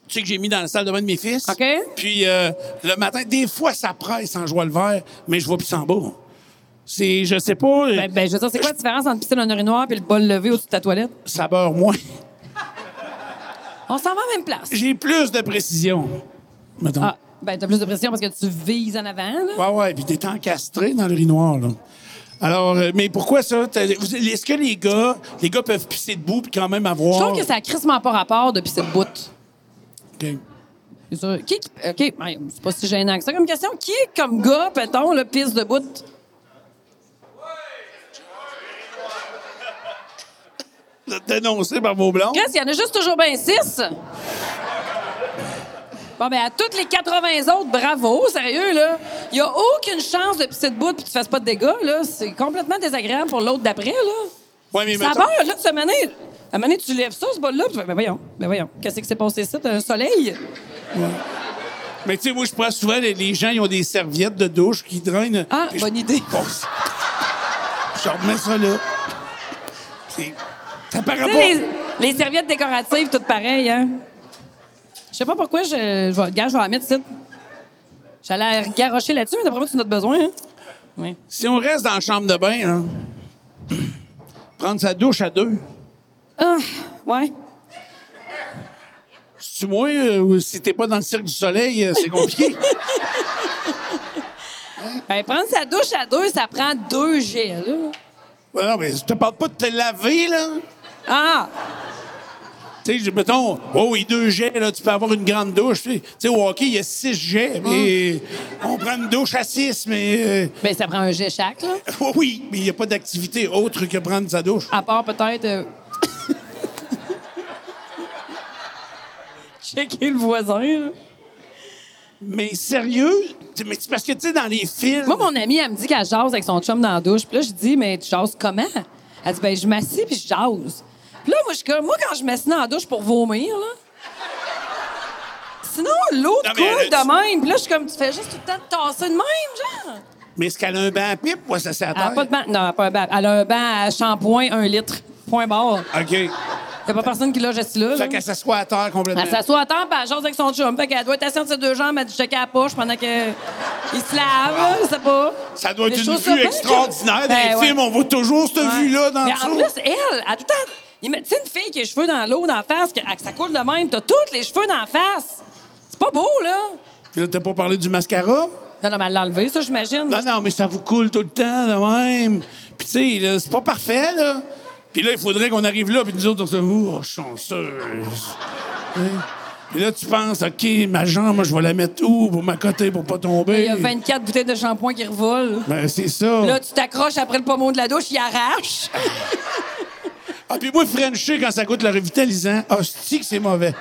Tu sais que j'ai mis dans la salle de bain de mes fils. OK. Puis euh, le matin, des fois, ça presse en joie le vert, mais je vois plus en bas. C'est, je sais pas, euh, Ben, ben, je veux dire, c'est quoi la différence entre pisser dans un urinoir et le bol levé au-dessus de ta toilette? ça beurre moins. On s'en va à la même place. J'ai plus de précision, mettons. Ah, ben, t'as plus de pression parce que tu vises en avant, là. Ouais, ouais, puis t'es encastré dans l'urinoir, là. Alors, euh, mais pourquoi ça? T'as- vous- Est-ce que les gars, les gars peuvent pisser debout puis quand même avoir... Je trouve que ça a crissement pas rapport de pisser de bout. Ok. C'est sûr. Qui, qui- OK, ouais, c'est pas si gênant que ça comme question. Qui, comme gars, peut-on, le pisse de bout? Vous êtes Dénoncé par vos blancs. Chris, il y en a juste toujours bien six. Bon, ben à toutes les 80 autres, bravo, sérieux, là. Il n'y a aucune chance de pisser de bout puis que tu fasses pas de dégâts, là. C'est complètement désagréable pour l'autre d'après, là. Ouais, mais Ça mettons- meurt, là, cette année. À un moment donné, tu lèves ça, ce bol-là, puis tu fais, ben voyons, ben voyons, qu'est-ce qui s'est passé ça? T'as un soleil? Mais tu sais, moi, je prends souvent, les, les gens, ils ont des serviettes de douche qui drainent. Ah, Puis je- bonne idée. Bon, c'est- je remets ça là. C'est- Ça paraît pas. Tu sais, les, les serviettes décoratives, toutes pareilles, hein? Je sais pas pourquoi, je, je vais, regarde, je vais la mettre ici. J'allais garrocher là-dessus, mais d'après moi, tu en as besoin, hein? Oui. Si on reste dans la chambre de bain, hein, prendre sa douche à deux, Ah, ouais. si tu moi, euh, ou si t'es pas dans le cirque du soleil, euh, c'est compliqué. Ben, prendre sa douche à deux, ça prend deux jets, là. Ouais, non, mais je te parle pas de te laver, là. Ah! Tu sais, je- mettons, oh, il y a deux jets, là, tu peux avoir une grande douche. Tu sais. Tu sais, au hockey, il y a six jets, mais on prend une douche à six, mais. euh, Ben, ça prend un jet chaque, là. oh oui, mais il n'y a pas d'activité autre que prendre sa douche. À part peut-être. euh, Checker le voisin, là. Mais sérieux? Tu- Mais c'est parce que, tu sais, dans les films. Moi, mon amie, elle me dit qu'elle jase avec son chum dans la douche. Puis là, je dis, mais tu jases comment? Elle dit, ben, je m'assis puis je jase. Puis là, moi, je suis comme, moi, quand je m'assis dans la douche pour vomir, là. Sinon, l'eau Non, coule mais elle a- de même. Puis là, je suis comme, tu fais juste tout le temps de tasser de même, genre. Mais est-ce qu'elle a un bain à pipe? Ouais, ça, c'est à Elle a terre. pas de bain. Non, elle a pas un bain. Elle a un bain à shampoing, un litre. Point barre. OK. Y'a pas personne qui l'a assis là. là. Fait qu'elle s'assoit à terre complètement. Elle s'assoit à temps, puis elle jase avec son chum. Fait qu'elle doit être assise entre ses deux jambes, elle dit checker la poche pendant que il se lave, là, je sais pas. Ça doit être Des une choses comme vue ça. extraordinaire. Dans Ben les ouais. films, on voit toujours cette Ouais. vue-là dans Mais le en dessous. plus, elle, elle a tout le temps. il met- Tu sais, une fille qui a les cheveux dans l'eau, dans la face, que, que ça coule de même, t'as tous les cheveux dans la face. C'est pas beau, là. Puis là, t'as pas parlé du mascara? Non, non, mais elle l'a enlevé, ça, j'imagine. Ah Non, non, mais ça vous coule tout le temps, de même. Puis, tu sais, là, c'est pas parfait, là. Puis là, il faudrait qu'on arrive là, puis nous autres, on se dit, oh, chanceuse. Hein? Puis là, tu penses, OK, ma jambe, moi, je vais la mettre où pour m'accoter, pour pas tomber? Il y a 24 bouteilles de shampoing qui revolent. Ben, c'est ça. Là, tu t'accroches après le pommeau de la douche, il arrache. Ah, puis moi, Frencher, quand ça coûte le revitalisant, ah, hostie que c'est mauvais.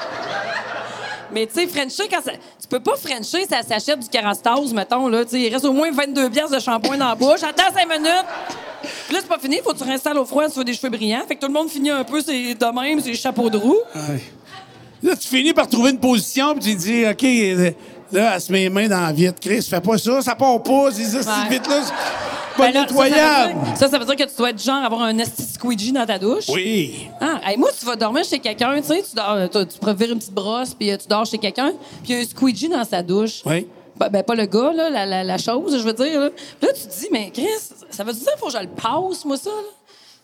Mais tu sais, Frencher, quand ça... tu peux pas Frencher, ça s'achète du carastase, mettons. Là, Tu sais, il reste au moins 22 pièces de shampoing dans la bouche. Attends 5 minutes. Puis là, c'est pas fini. Faut que tu réinstalles au froid, tu veux des cheveux brillants. Fait que tout le monde finit un peu c'est de même, c'est chapeaux de roue. Ouais. Là, tu finis par trouver une position, puis tu dis, OK, euh, là, elle se met les mains dans la vitre. Chris, fais pas ça, ça part pas, c'est ça, Ouais. si vite, là. c'est Pas Ben là, ça, ça veut nettoyable. dire- Ça, ça veut dire que tu dois être genre avoir un esti squeegee dans ta douche. Oui. Ah, hey, moi, tu vas dormir chez quelqu'un, tu sais, tu, dors, euh, tu, tu préfères une petite brosse, puis euh, tu dors chez quelqu'un, puis il y a un squeegee dans sa douche. Oui. Ben, ben, pas le gars, là, la, la, la chose, je veux dire. Là, Puis là tu te dis, mais Chris, ça veut dire qu'il faut que je le passe, moi, ça? là?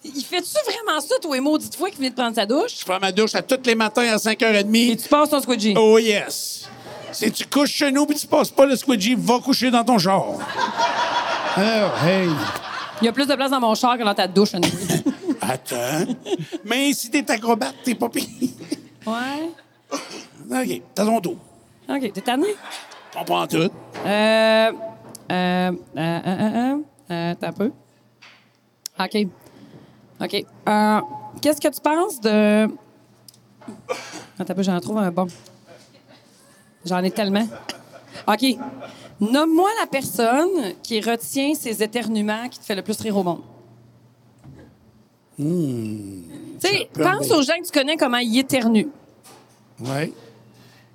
Il fait-tu vraiment ça, toi et maudite fois qu'il vient de prendre sa douche? Je prends ma douche à tous les matins à 5h30. Et tu passes ton squeegee. Oh yes. Si tu couches chez nous puis tu passes pas le squidgy, va coucher dans ton genre. Alors, hey. Il y a plus de place dans mon char que dans ta douche, anyway. Attends. Mais si t'es acrobate, t'es pas pire. Ouais. OK, t'as ton tour. OK, t'es tanné? On prend tout. Euh. Euh. Euh. Euh. euh, euh, attends un peu. OK. OK. Euh, Qu'est-ce que tu penses de. Attends un peu, j'en trouve un bon. J'en ai tellement. OK. Nomme-moi la personne qui retient ses éternuements qui te fait le plus rire au monde. tu sais, peut pense aider. aux gens que tu connais comment ils éternuent. Ouais.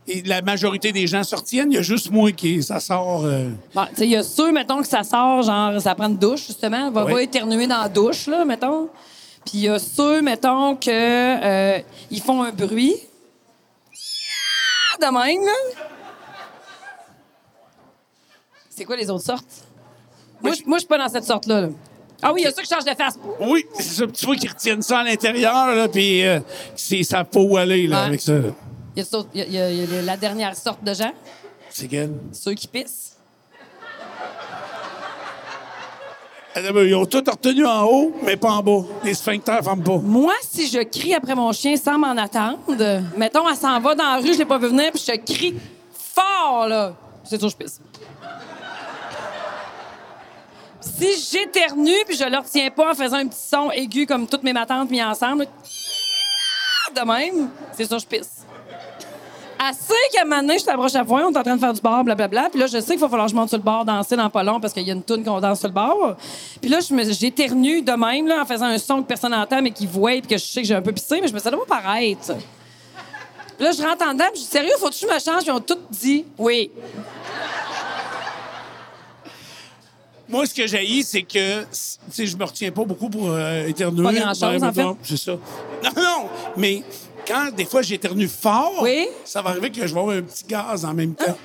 Et la majorité des gens sortiennent, il y a juste moi qui ça sort. euh, Bon, tu sais, il y a ceux, mettons, que ça sort, genre, ça prend une douche, justement. Va, Oui. va éternuer dans la douche, là, mettons. Puis il y a ceux, mettons, que euh, ils font un bruit. De même, là. C'est quoi les autres sortes? Moi, je- moi, je suis pas dans cette sorte-là. là. Ah oui, il y a ceux qui changent de face. Oui, c'est ça. Tu vois qu'ils retiennent ça à l'intérieur, là, puis euh, c'est- ça peut où aller, là, Ouais. avec ça. là. Il y a ceux- il y a- il y a- il y a la dernière sorte de gens, C'est quel? ceux qui pissent. Attends, Euh, Ils ont tout retenu en haut, mais pas en bas. Les sphincters ferment pas. Moi, si je crie après mon chien sans m'en attendre, mettons, elle s'en va dans la rue, je l'ai pas vu venir, puis je crie fort, là. C'est sûr, je pisse. Si j'éternue, puis je le retiens pas en faisant un petit son aigu comme toutes mes matantes mis ensemble, de même, c'est sûr, je pisse. Elle sait qu'à un moment donné, je suis à broche à foin, on est en train de faire du bar, blablabla. Puis là, je sais qu'il va falloir que je monte sur le bar, danser dans pas long parce qu'il y a une toune qu'on danse sur le bar. Puis là, je me- j'éternue de même là, en faisant un son que personne n'entend mais qui voit et que je sais que j'ai un peu pissé, mais je me suis dit, ça doit pas paraître. Puis là, je rentre en dedans, puis je dis, sérieux, faut que je me change? Ils ont tout dit oui. Moi, ce que j'ai c'est que, tu sais, je me retiens pas beaucoup pour euh, éternuer. Pas grand-chose, Ben, en fait. non, C'est ça. Non, non, mais quand des fois j'éternue fort, Oui. ça va arriver que je vais avoir un petit gaz en même temps.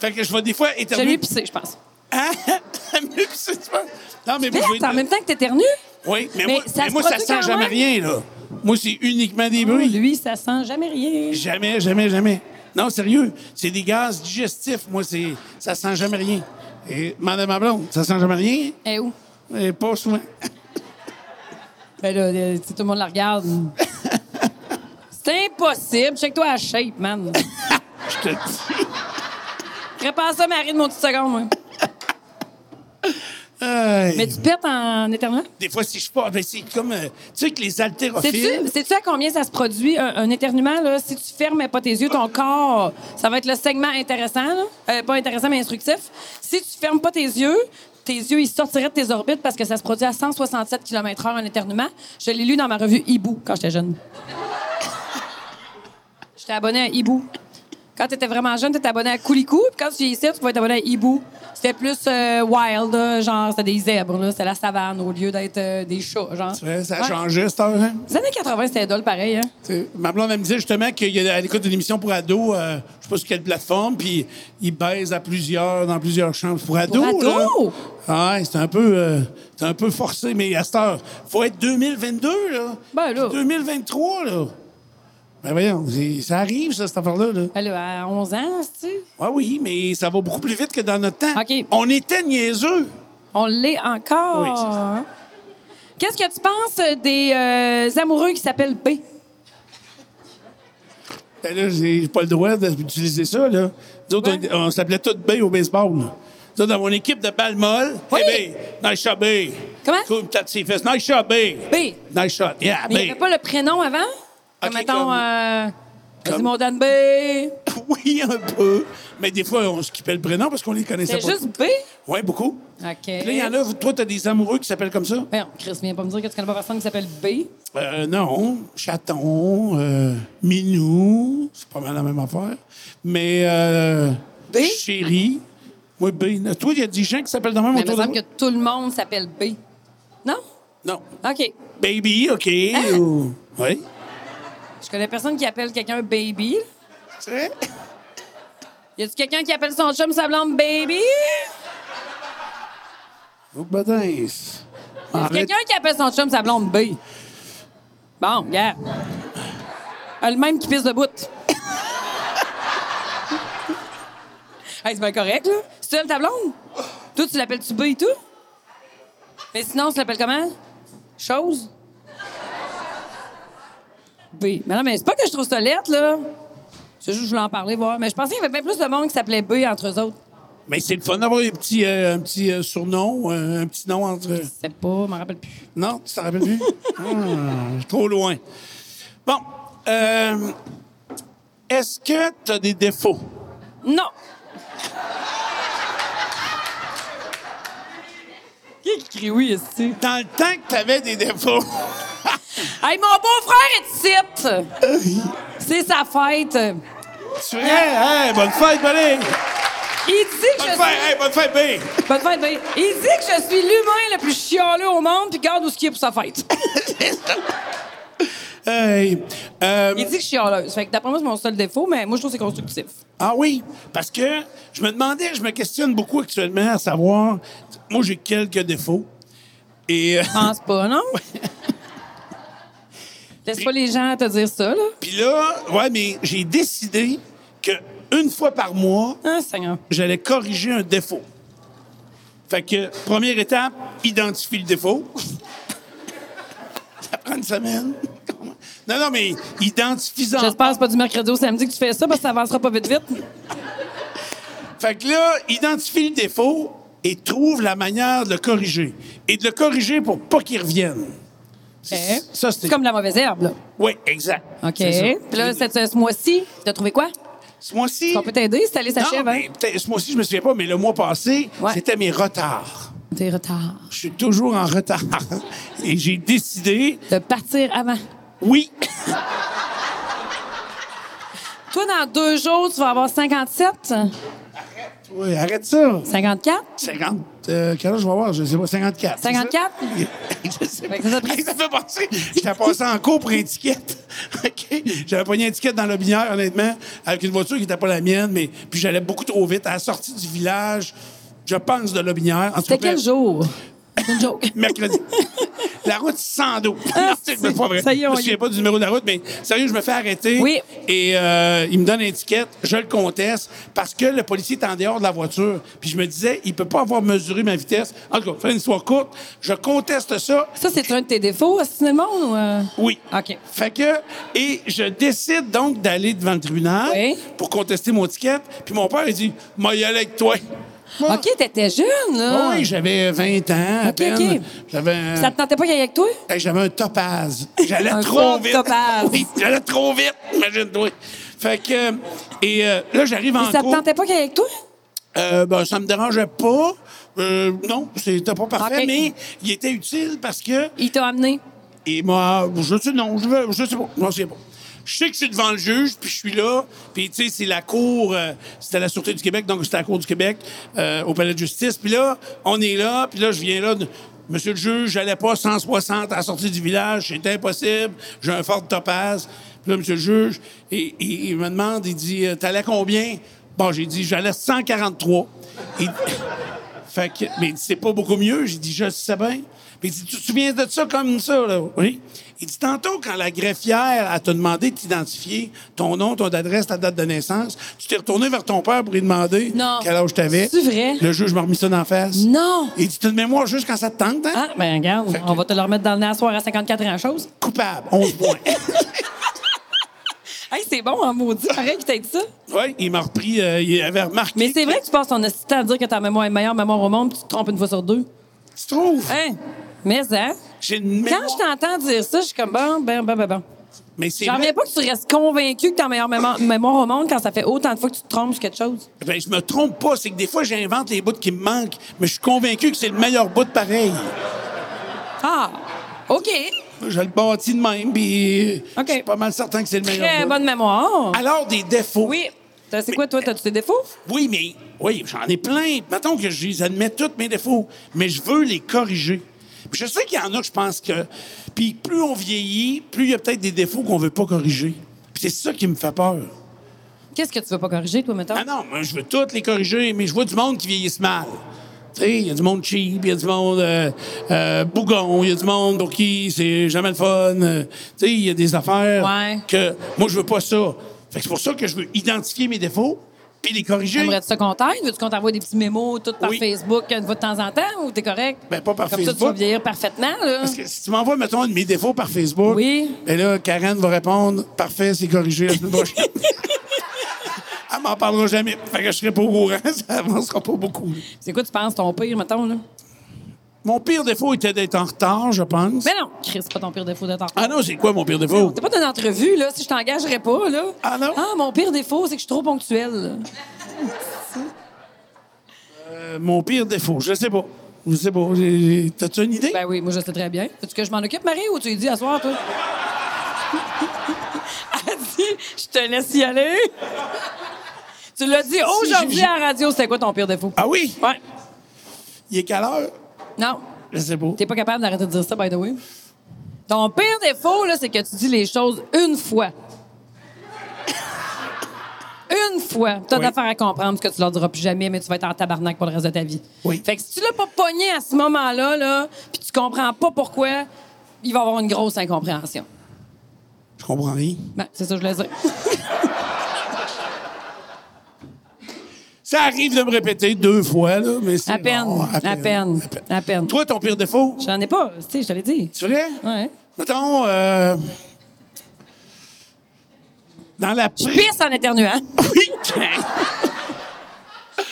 Fait que je vais des fois J'ai mieux éternuer. pissé, je pense. Hein? Mieux pisser, tu penses? Non, mais moi, Mais je vais- en même temps que t'éternues, Oui, mais, Mais moi, ça mais se moi, ça produit sent quand jamais même. rien, là. Moi, c'est uniquement des bruits. lui, ça sent jamais rien. Jamais, jamais, jamais. Non, sérieux, c'est des gaz digestifs. Moi, c'est ça sent jamais rien. Et madame ma blonde, ça sent jamais rien, Eh où? et pas souvent. Ben là, euh, tu sais, tout le monde la regarde. C'est impossible. Check-toi à shape, man. Je te dis. Prépare ça, Marie, de mon petit second, moi. Aïe. Mais tu pètes en éternuant? Des fois, si je pars, ben, c'est comme. euh, tu sais que les Sais-tu haltérophiles. sais-tu à combien ça se produit, un, un éternuement, là? Si tu fermes pas tes yeux, ton corps, ça va être le segment intéressant, là. Euh, pas intéressant, mais instructif. Si tu fermes pas tes yeux, tes yeux, ils sortiraient de tes orbites parce que ça se produit à 167 km/h un éternuement. Je l'ai lu dans ma revue Hibou quand j'étais jeune. J'étais abonné à Hibou. Quand t'étais vraiment jeune, t'étais abonné à Coulicou. Puis quand tu vieillissais, tu pouvais être abonné à Hibou. C'était plus euh, wild, euh, genre, c'était des zèbres, là. C'était la savane au lieu d'être euh, des chats, genre. Ouais, ça a Ouais. changé, cette heure, hein? Les années 80, c'était dole pareil, hein? T'sais, Ma blonde, elle me disait justement qu'il y a à l'écoute d'une émission pour ados, euh, je sais pas sur quelle plateforme, puis ils baisent à plusieurs, dans plusieurs chambres pour ados. ados? là. Ouais, c'est un peu, euh, c'est un peu forcé, mais à cette heure, faut être 2022, là. Ben, là. C'est 2023, là. Ben voyons, c'est- ça arrive, ça, cette affaire-là, là. Elle Ben à 11 ans, tu sais. Ouais, oui, mais ça va beaucoup plus vite que dans notre temps. OK. On était niaiseux. On l'est encore. Oui, c'est Hein? Qu'est-ce que tu penses des euh, amoureux qui s'appellent B? Ben là, j'ai j'ai pas le droit d'utiliser ça, là. Nous autres, Ouais. on, on s'appelait toutes B au baseball. là. Nous autres, dans mon équipe de balle molle, Oui. Hein? hey, B, nice shot, B. Comment? Coup, une tête sur les fesses, nice shot, B. B. Nice shot, yeah, eh. Mais il n'y B. avait pas le prénom avant? Ok, Comme, mettons, comme- euh, vas-y, comme- mon Dan B. Oui, un peu. Mais des fois, on skippait le prénom parce qu'on les connaissait C'est pas. juste B? Oui, beaucoup. OK. Puis là, il y en a, vous- toi, t'as des amoureux qui s'appellent comme ça? Merde, Ben Chris, viens pas me dire que tu connais pas personne qui s'appelle B. Ben, Euh, non. Chaton, euh, Minou, c'est pas mal la même affaire. Mais, euh, B? Chérie. Oui, B. Toi, il y a des gens qui s'appellent de même Mais il me autour de semble que toi? tout le monde s'appelle B. Non? Non. OK. Baby, OK. ou- Oui. Je connais personne qui appelle quelqu'un baby. là. C'est vrai? Y a-tu quelqu'un qui appelle son chum sa blonde baby? Oh, badins. Arrête. Quelqu'un qui appelle son chum sa blonde B. Bon, regarde. Euh, Le même qui pisse de bout. hey, c'est bien correct, là. C'est elle ta blonde? Toi, tu l'appelles-tu B et tout? Mais sinon, tu l'appelles comment? Chose? B. Mais non, mais c'est pas que je trouve ça lettre, là. C'est juste que je voulais en parler, voir. Mais je pensais qu'il y avait bien plus de monde qui s'appelait B entre eux autres. Mais c'est le fun d'avoir un petit, euh, un petit euh, surnom, euh, un petit nom entre. Je sais pas, je m'en rappelle plus. Non, tu t'en rappelles plus? Ah, trop loin. Bon. euh, Est-ce que tu as des défauts? Non! Qui qui crie oui ici? Dans le temps que tu avais des défauts. Hey, mon beau-frère est de site! C'est sa fête. tu es. Hey, hey, bonne fête, Bonnie! Il dit que Bonne je fête, suis... hey, bonne fête, B! Bonne fête, ben. Il dit que je suis l'humain le plus chialeux au monde, puis garde où ce qu'il est pour sa fête. Hey. euh, Il dit que je suis chialeuse. Fait que d'après moi, c'est mon seul défaut, mais moi, je trouve que c'est constructif. Ah oui, parce que je me demandais, je me questionne beaucoup actuellement à savoir, moi j'ai quelques défauts. Et euh, Je pense pas, non? Laisse pas les gens te dire ça, là. puis là, ouais, mais j'ai décidé que une fois par mois, Hein, Seigneur? j'allais corriger un défaut. Fait que première étape, identifie le défaut. Ça prend une semaine. Non, non, mais identifie-en. J'espère que c'est pas du mercredi au samedi que tu fais ça, parce que ça avancera pas vite, vite. Fait que là, identifie le défaut et trouve la manière de le corriger. Et de le corriger pour pas qu'il revienne. C'est Ça, c'était- comme la mauvaise herbe, là. Oui, exact. OK. C'est ça. Puis là, cette- ce, ce mois-ci, t'as trouvé quoi? Ce mois-ci. On peut t'aider si t'allais Non, s'achever avant. mais peut-être- ce mois-ci, je me souviens pas, mais le mois passé, Ouais. c'était mes retards. T'es retard. Je suis toujours en retard. Et j'ai décidé, De partir avant. oui, Toi, dans deux jours, tu vas avoir 57, Oui, arrête ça. 54. 50. Euh, quel âge je vais avoir? Je sais pas, 54. c'est ça? 54? je sais pas. Fait que ça t'a pris- Ça fait penser. J'étais passé en cours pour étiquette. OK? J'avais pogné une étiquette dans le binaire, honnêtement, avec une voiture qui n'était pas la mienne, mais puis j'allais beaucoup trop vite. À la sortie du village, je pense, de Lobinière. En tout C'était cas, quel jour? C'est une joke. mercredi. la route 102. Ah, non, c'est c'est pas vrai. ça y est, je on me y est. souviens pas du numéro de la route, mais sérieux, je me fais arrêter. Oui. Et euh, il me donne l'étiquette, je le conteste, parce que le policier est en dehors de la voiture. Puis je me disais, il peut pas avoir mesuré ma vitesse. En tout cas, faire une histoire courte, je conteste ça. Ça, c'est un de tes défauts, finalement, ou... euh? Oui. OK. Fait que, et je décide donc d'aller devant le tribunal Oui. pour contester mon étiquette. Puis mon père, il dit, moi, y aller avec toi. Moi, OK, t'étais jeune, là. ah oui, j'avais 20 ans à OK, peine. OK. J'avais un- Ça te tentait pas qu'il y aille avec toi? Hey, j'avais un topaz. J'allais Un trop gros vite. topaz. Oui, j'allais trop vite, imagine-toi. Fait que, euh, et euh, là, j'arrive en Puis ça te cours. tentait pas qu'il y aille avec toi? Euh, ben, ça me dérangeait pas. Euh, non, c'était pas parfait, Ok. mais il était utile parce que. Il t'a amené. Et moi, je sais, non, je, veux- je sais pas. Non, c'est pas. Je sais que je suis devant le juge, puis je suis là. Puis, tu sais, c'est la cour, euh, c'était la Sûreté du Québec, donc c'était la cour du Québec euh, au palais de justice. Puis là, on est là, puis là, je viens là. de- Monsieur le juge, j'allais pas 160 à la sortie du village, c'était impossible. J'ai un fort topaz. Puis là, monsieur le juge, et, et- il me demande, il dit, euh, t'allais à combien? Bon, j'ai dit, j'allais à 143. Il- fait que, mais il dit, c'est pas beaucoup mieux. J'ai dit, je sais bien. Mais il dit, tu te souviens de ça comme ça, là? Oui. Il dit, tantôt, quand la greffière, elle t'a demandé de t'identifier, ton nom, ton adresse, ta date de naissance, tu t'es retourné vers ton père pour lui demander Non. quel âge t'avais. C'est vrai? Le juge m'a remis ça dans la face. Non. Il dit, t'as une mémoire juste quand ça te tente, hein? Ah, ben regarde, que- on va te le remettre dans le nez à soir à 54 ans, chose. Coupable, 11 points. Hey, c'est bon, hein, maudit, pareil que t'aies dit ça. oui, il m'a repris, euh, il avait remarqué. Mais c'est vrai que tu passes ton assistant à dire que ta mémoire est meilleure mémoire au monde, puis tu te trompes une fois sur deux. Tu trouves? Hein? Mais, hein? J'ai une mémoire. Quand je t'entends dire ça, je suis comme bon, ben, ben, ben, bon. Mais c'est J'en vrai. reviens pas que tu restes convaincu que t'as meilleure mémoire, mémoire au monde quand ça fait autant de fois que tu te trompes sur quelque chose. Ben, je me trompe pas. C'est que des fois, j'invente les bouts qui me manquent, mais je suis convaincu que c'est le meilleur bout de pareil. Ah! OK. Je le bâtis de même, puis OK. je suis pas mal certain que c'est le meilleur. Très bout. bonne mémoire. Alors, des défauts. Oui. T'as- C'est quoi, toi? T'as-tu tes défauts? Oui, mais oui, j'en ai plein. Mettons que je les admets tous mes défauts, mais je veux les corriger. Puis je sais qu'il y en a que je pense que. Puis plus on vieillit, plus il y a peut-être des défauts qu'on veut pas corriger. Puis c'est ça qui me fait peur. Qu'est-ce que tu veux pas corriger, toi, mettons? Ah non, moi, je veux toutes les corriger, mais je vois du monde qui vieillissent mal. Tu sais, il y a du monde cheap, il y a du monde euh, euh, bougon, il y a du monde pour qui c'est jamais le fun. euh, tu sais, il y a des affaires Ouais. que moi, je veux pas ça. Fait que c'est pour ça que je veux identifier mes défauts puis les corriger. T'aimerais-tu ça qu'on t'aide? Veux-tu qu'on t'envoie des petits mémos tout par Oui. Facebook une fois de temps en temps ou t'es correct? Ben, pas par Comme ça, tu Facebook. vas vieillir parfaitement, là. Parce que si tu m'envoies, mettons, mes défauts par Facebook, Oui. ben là, Karen va répondre Parfait, c'est corrigé la semaine prochaine. Elle m'en parlera jamais. Fait que je serai pas au courant, ça avancera pas beaucoup. C'est quoi, tu penses, ton pire, mettons, là? Mon pire défaut était d'être en retard, je pense. Mais non, Chris, c'est pas ton pire défaut d'être en retard. Ah non, c'est quoi mon pire défaut? T'as pas d'une entrevue, là, si je t'engagerais pas, là. Ah non? Ah, mon pire défaut, c'est que je suis trop ponctuelle. Euh, mon pire défaut, je sais pas. Je sais pas. J'ai- j'ai- T'as-tu une idée? Ben oui, moi, je sais très bien. Veux-tu que je m'en occupe, Marie, ou tu lui dis à soir, toi? Elle dit, je te laisse y aller. tu l'as dit aujourd'hui j'ai- à la radio, c'était quoi ton pire défaut? Ah oui? Ouais. Il est quelle heure? Non. Je sais pas. T'es pas capable d'arrêter de dire ça, by the way. Ton pire défaut, là, c'est que tu dis les choses une fois. une fois. T'as Oui. d'affaires à comprendre parce que tu leur diras plus jamais, mais tu vas être en tabarnak pour le reste de ta vie. Oui. Fait que si tu l'as pas pogné à ce moment-là, là, puis tu comprends pas pourquoi, il va y avoir une grosse incompréhension. Je comprends rien. Ben, c'est ça que je voulais dire. Ça arrive de me répéter deux fois, là, mais c'est. À peine. rare. à peine. À peine. Toi, ton pire défaut? J'en ai pas, tu sais, je te l'ai dit. C'est vrai? Ouais. Mettons, euh, Dans la prise. Pisse en éternuant. Oui!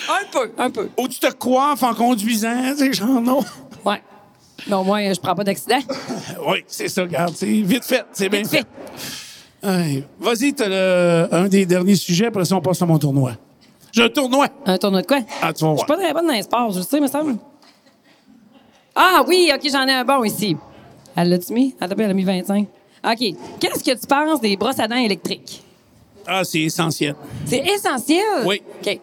un peu, un peu. Où tu te coiffes en conduisant, c'est genre non. Ouais. Mais au moins, je prends pas d'accident. Euh, Oui, c'est ça, regarde. C'est vite fait. C'est bien Vite fait. Ouais. Vas-y, t'as le- un des derniers sujets, après ça, on passe à mon tournoi. J'ai un tournoi. Un tournoi de quoi? Ah, tu vas Je voir. suis pas très bonne dans les sports, je le sais, me semble. Ah oui, OK, j'en ai un bon ici. Elle l'a-tu mis? Attends, elle a mis 25. OK. Qu'est-ce que tu penses des brosses à dents électriques? Ah, c'est essentiel. C'est essentiel? Oui. OK.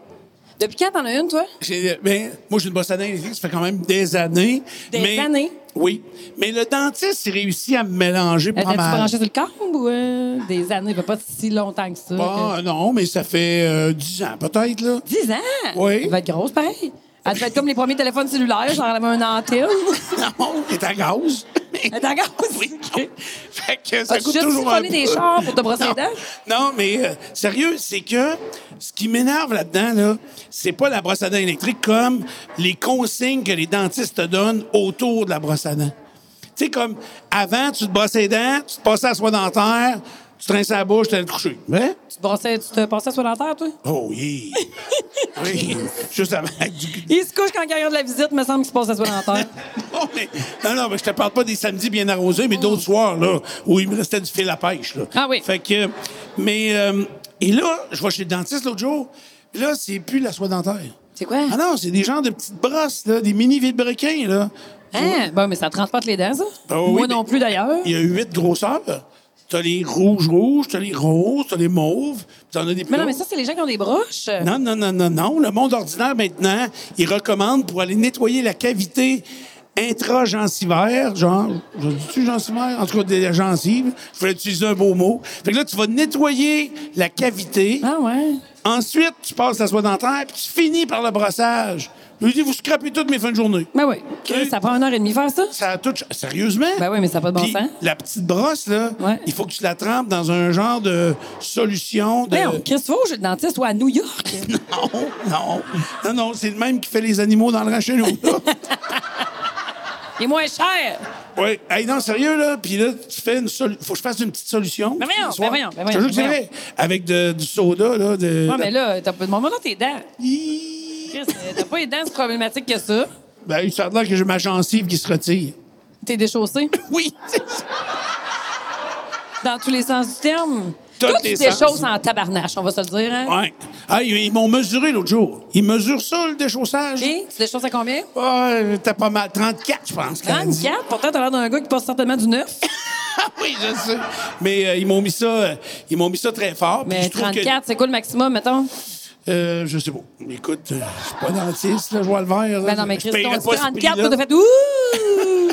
Depuis quand t'en as une, toi? J'ai- ben, moi, j'ai une bosse à dents électrique, ça fait quand même des années. Des mais- années? Oui. Mais le dentiste, il réussit à me mélanger Elle pas tu mal. branchée sur le câble ou euh, des années? Ça fait pas si longtemps que ça. Ah, non, mais ça fait euh, 10 ans, peut-être, là. que- 10 ans? Oui. Elle va être grosse, pareil. Elle va être comme les premiers téléphones cellulaires, genre elle avait un antenne. Non, il est à gaz. Elle est en gaz? Oui. OK. fait que ça As-tu coûte juste toujours un siphonné des peu. chars pour te brosser non. les dents? Non, mais euh, sérieux, c'est que ce qui m'énerve là-dedans, là, c'est pas la brosse à dents électrique comme les consignes que les dentistes te donnent autour de la brosse à dents. Tu sais, comme avant, tu te brossais les dents, tu te passais à soie dentaire, tu trinçais la bouche, tu allais te coucher. Hein? Tu, te brossais- tu te passais sur l'enterre, toi? Oh oui! oui, juste avant avec du... Il se couche quand il regarde la visite, me semble qu'il se passe la soie dentaire. Non, mais, non, non, mais je te parle pas des samedis bien arrosés, mais d'autres soirs, là, où il me restait du fil à pêche, là. Ah oui. Fait que, mais, euh, et là, je vais chez le dentiste l'autre jour, puis là, c'est plus la soie dentaire. C'est quoi? Ah non, c'est des genres de petites brosses, là, des mini vilebrequins, là. Hein? Bon, mais ça transporte les dents, ça. Ah oui, Moi mais- non plus, d'ailleurs. Il y a huit grosseurs. T'as les rouges-rouges, t'as les roses, t'as les mauves, puis t'en as des plus Mais non, mais hautes. ça, c'est les gens qui ont des broches. Non, non, non, non, non. Le monde ordinaire, maintenant, il recommande pour aller nettoyer la cavité intra-gencivaire, genre, je dis-tu gencivaire? En tout cas, des la gencive. Je voulais utiliser un beau mot. Fait que là, tu vas nettoyer la cavité. Ah ouais? Ensuite, tu passes la soie dentaire, puis tu finis par le brossage. Je lui dis, vous scrapez toutes mes fins de journée. Ben oui. Chris, Ça prend une heure et demie faire ça. Ça a tout... Sérieusement? Ben oui, mais ça n'a pas de bon Puis, sens. La petite brosse, là, Ouais. il faut que tu la trempes dans un genre de solution de... Ben, on- Chris, faut que j'ai le dentiste ou à New York. Non, non. Non, non, c'est le même qui fait les animaux dans le rang chez nous. Il est moins cher. oui. Hey, non, sérieux, là. Puis là, tu fais une sol... Faut que je fasse une petite solution. Ben voyons, ce soir. ben voyons, ben Je te jure que c'est voyons. vrai. Avec de- du soda, là. De... Ouais, mais là, t'as pas. Demande-moi dans tes dents. Hi. Chris, euh, t'as pas les dents si problématiques que ça. Ben, ça a l'air que j'ai ma gencive qui se retire. T'es déchaussé. Oui. Dans tous les sens du terme. Toutes Toi, les tu sens. déchausses en tabarnache, on va se le dire. Hein? ouais. Ah, ils ils m'ont mesuré l'autre jour. Ils mesurent ça, le déchaussage. OK? Tu déchausses à combien? Ah, t'as pas mal. 34, je pense. qu'elle a dit. 34. Pourtant, t'as l'air d'un gars qui passe certainement du neuf. oui, je sais. Mais euh, ils m'ont mis ça, euh, ils m'ont mis ça très fort. puis Mais je trouve que- 34, c'est quoi le maximum, mettons? Euh, je sais pas. Écoute, euh, je suis pas dentiste, là, je vois le verre. là. Ben non, mais Je Chris, paierais ton pas ce 34, prix-là. t'as fait ouh!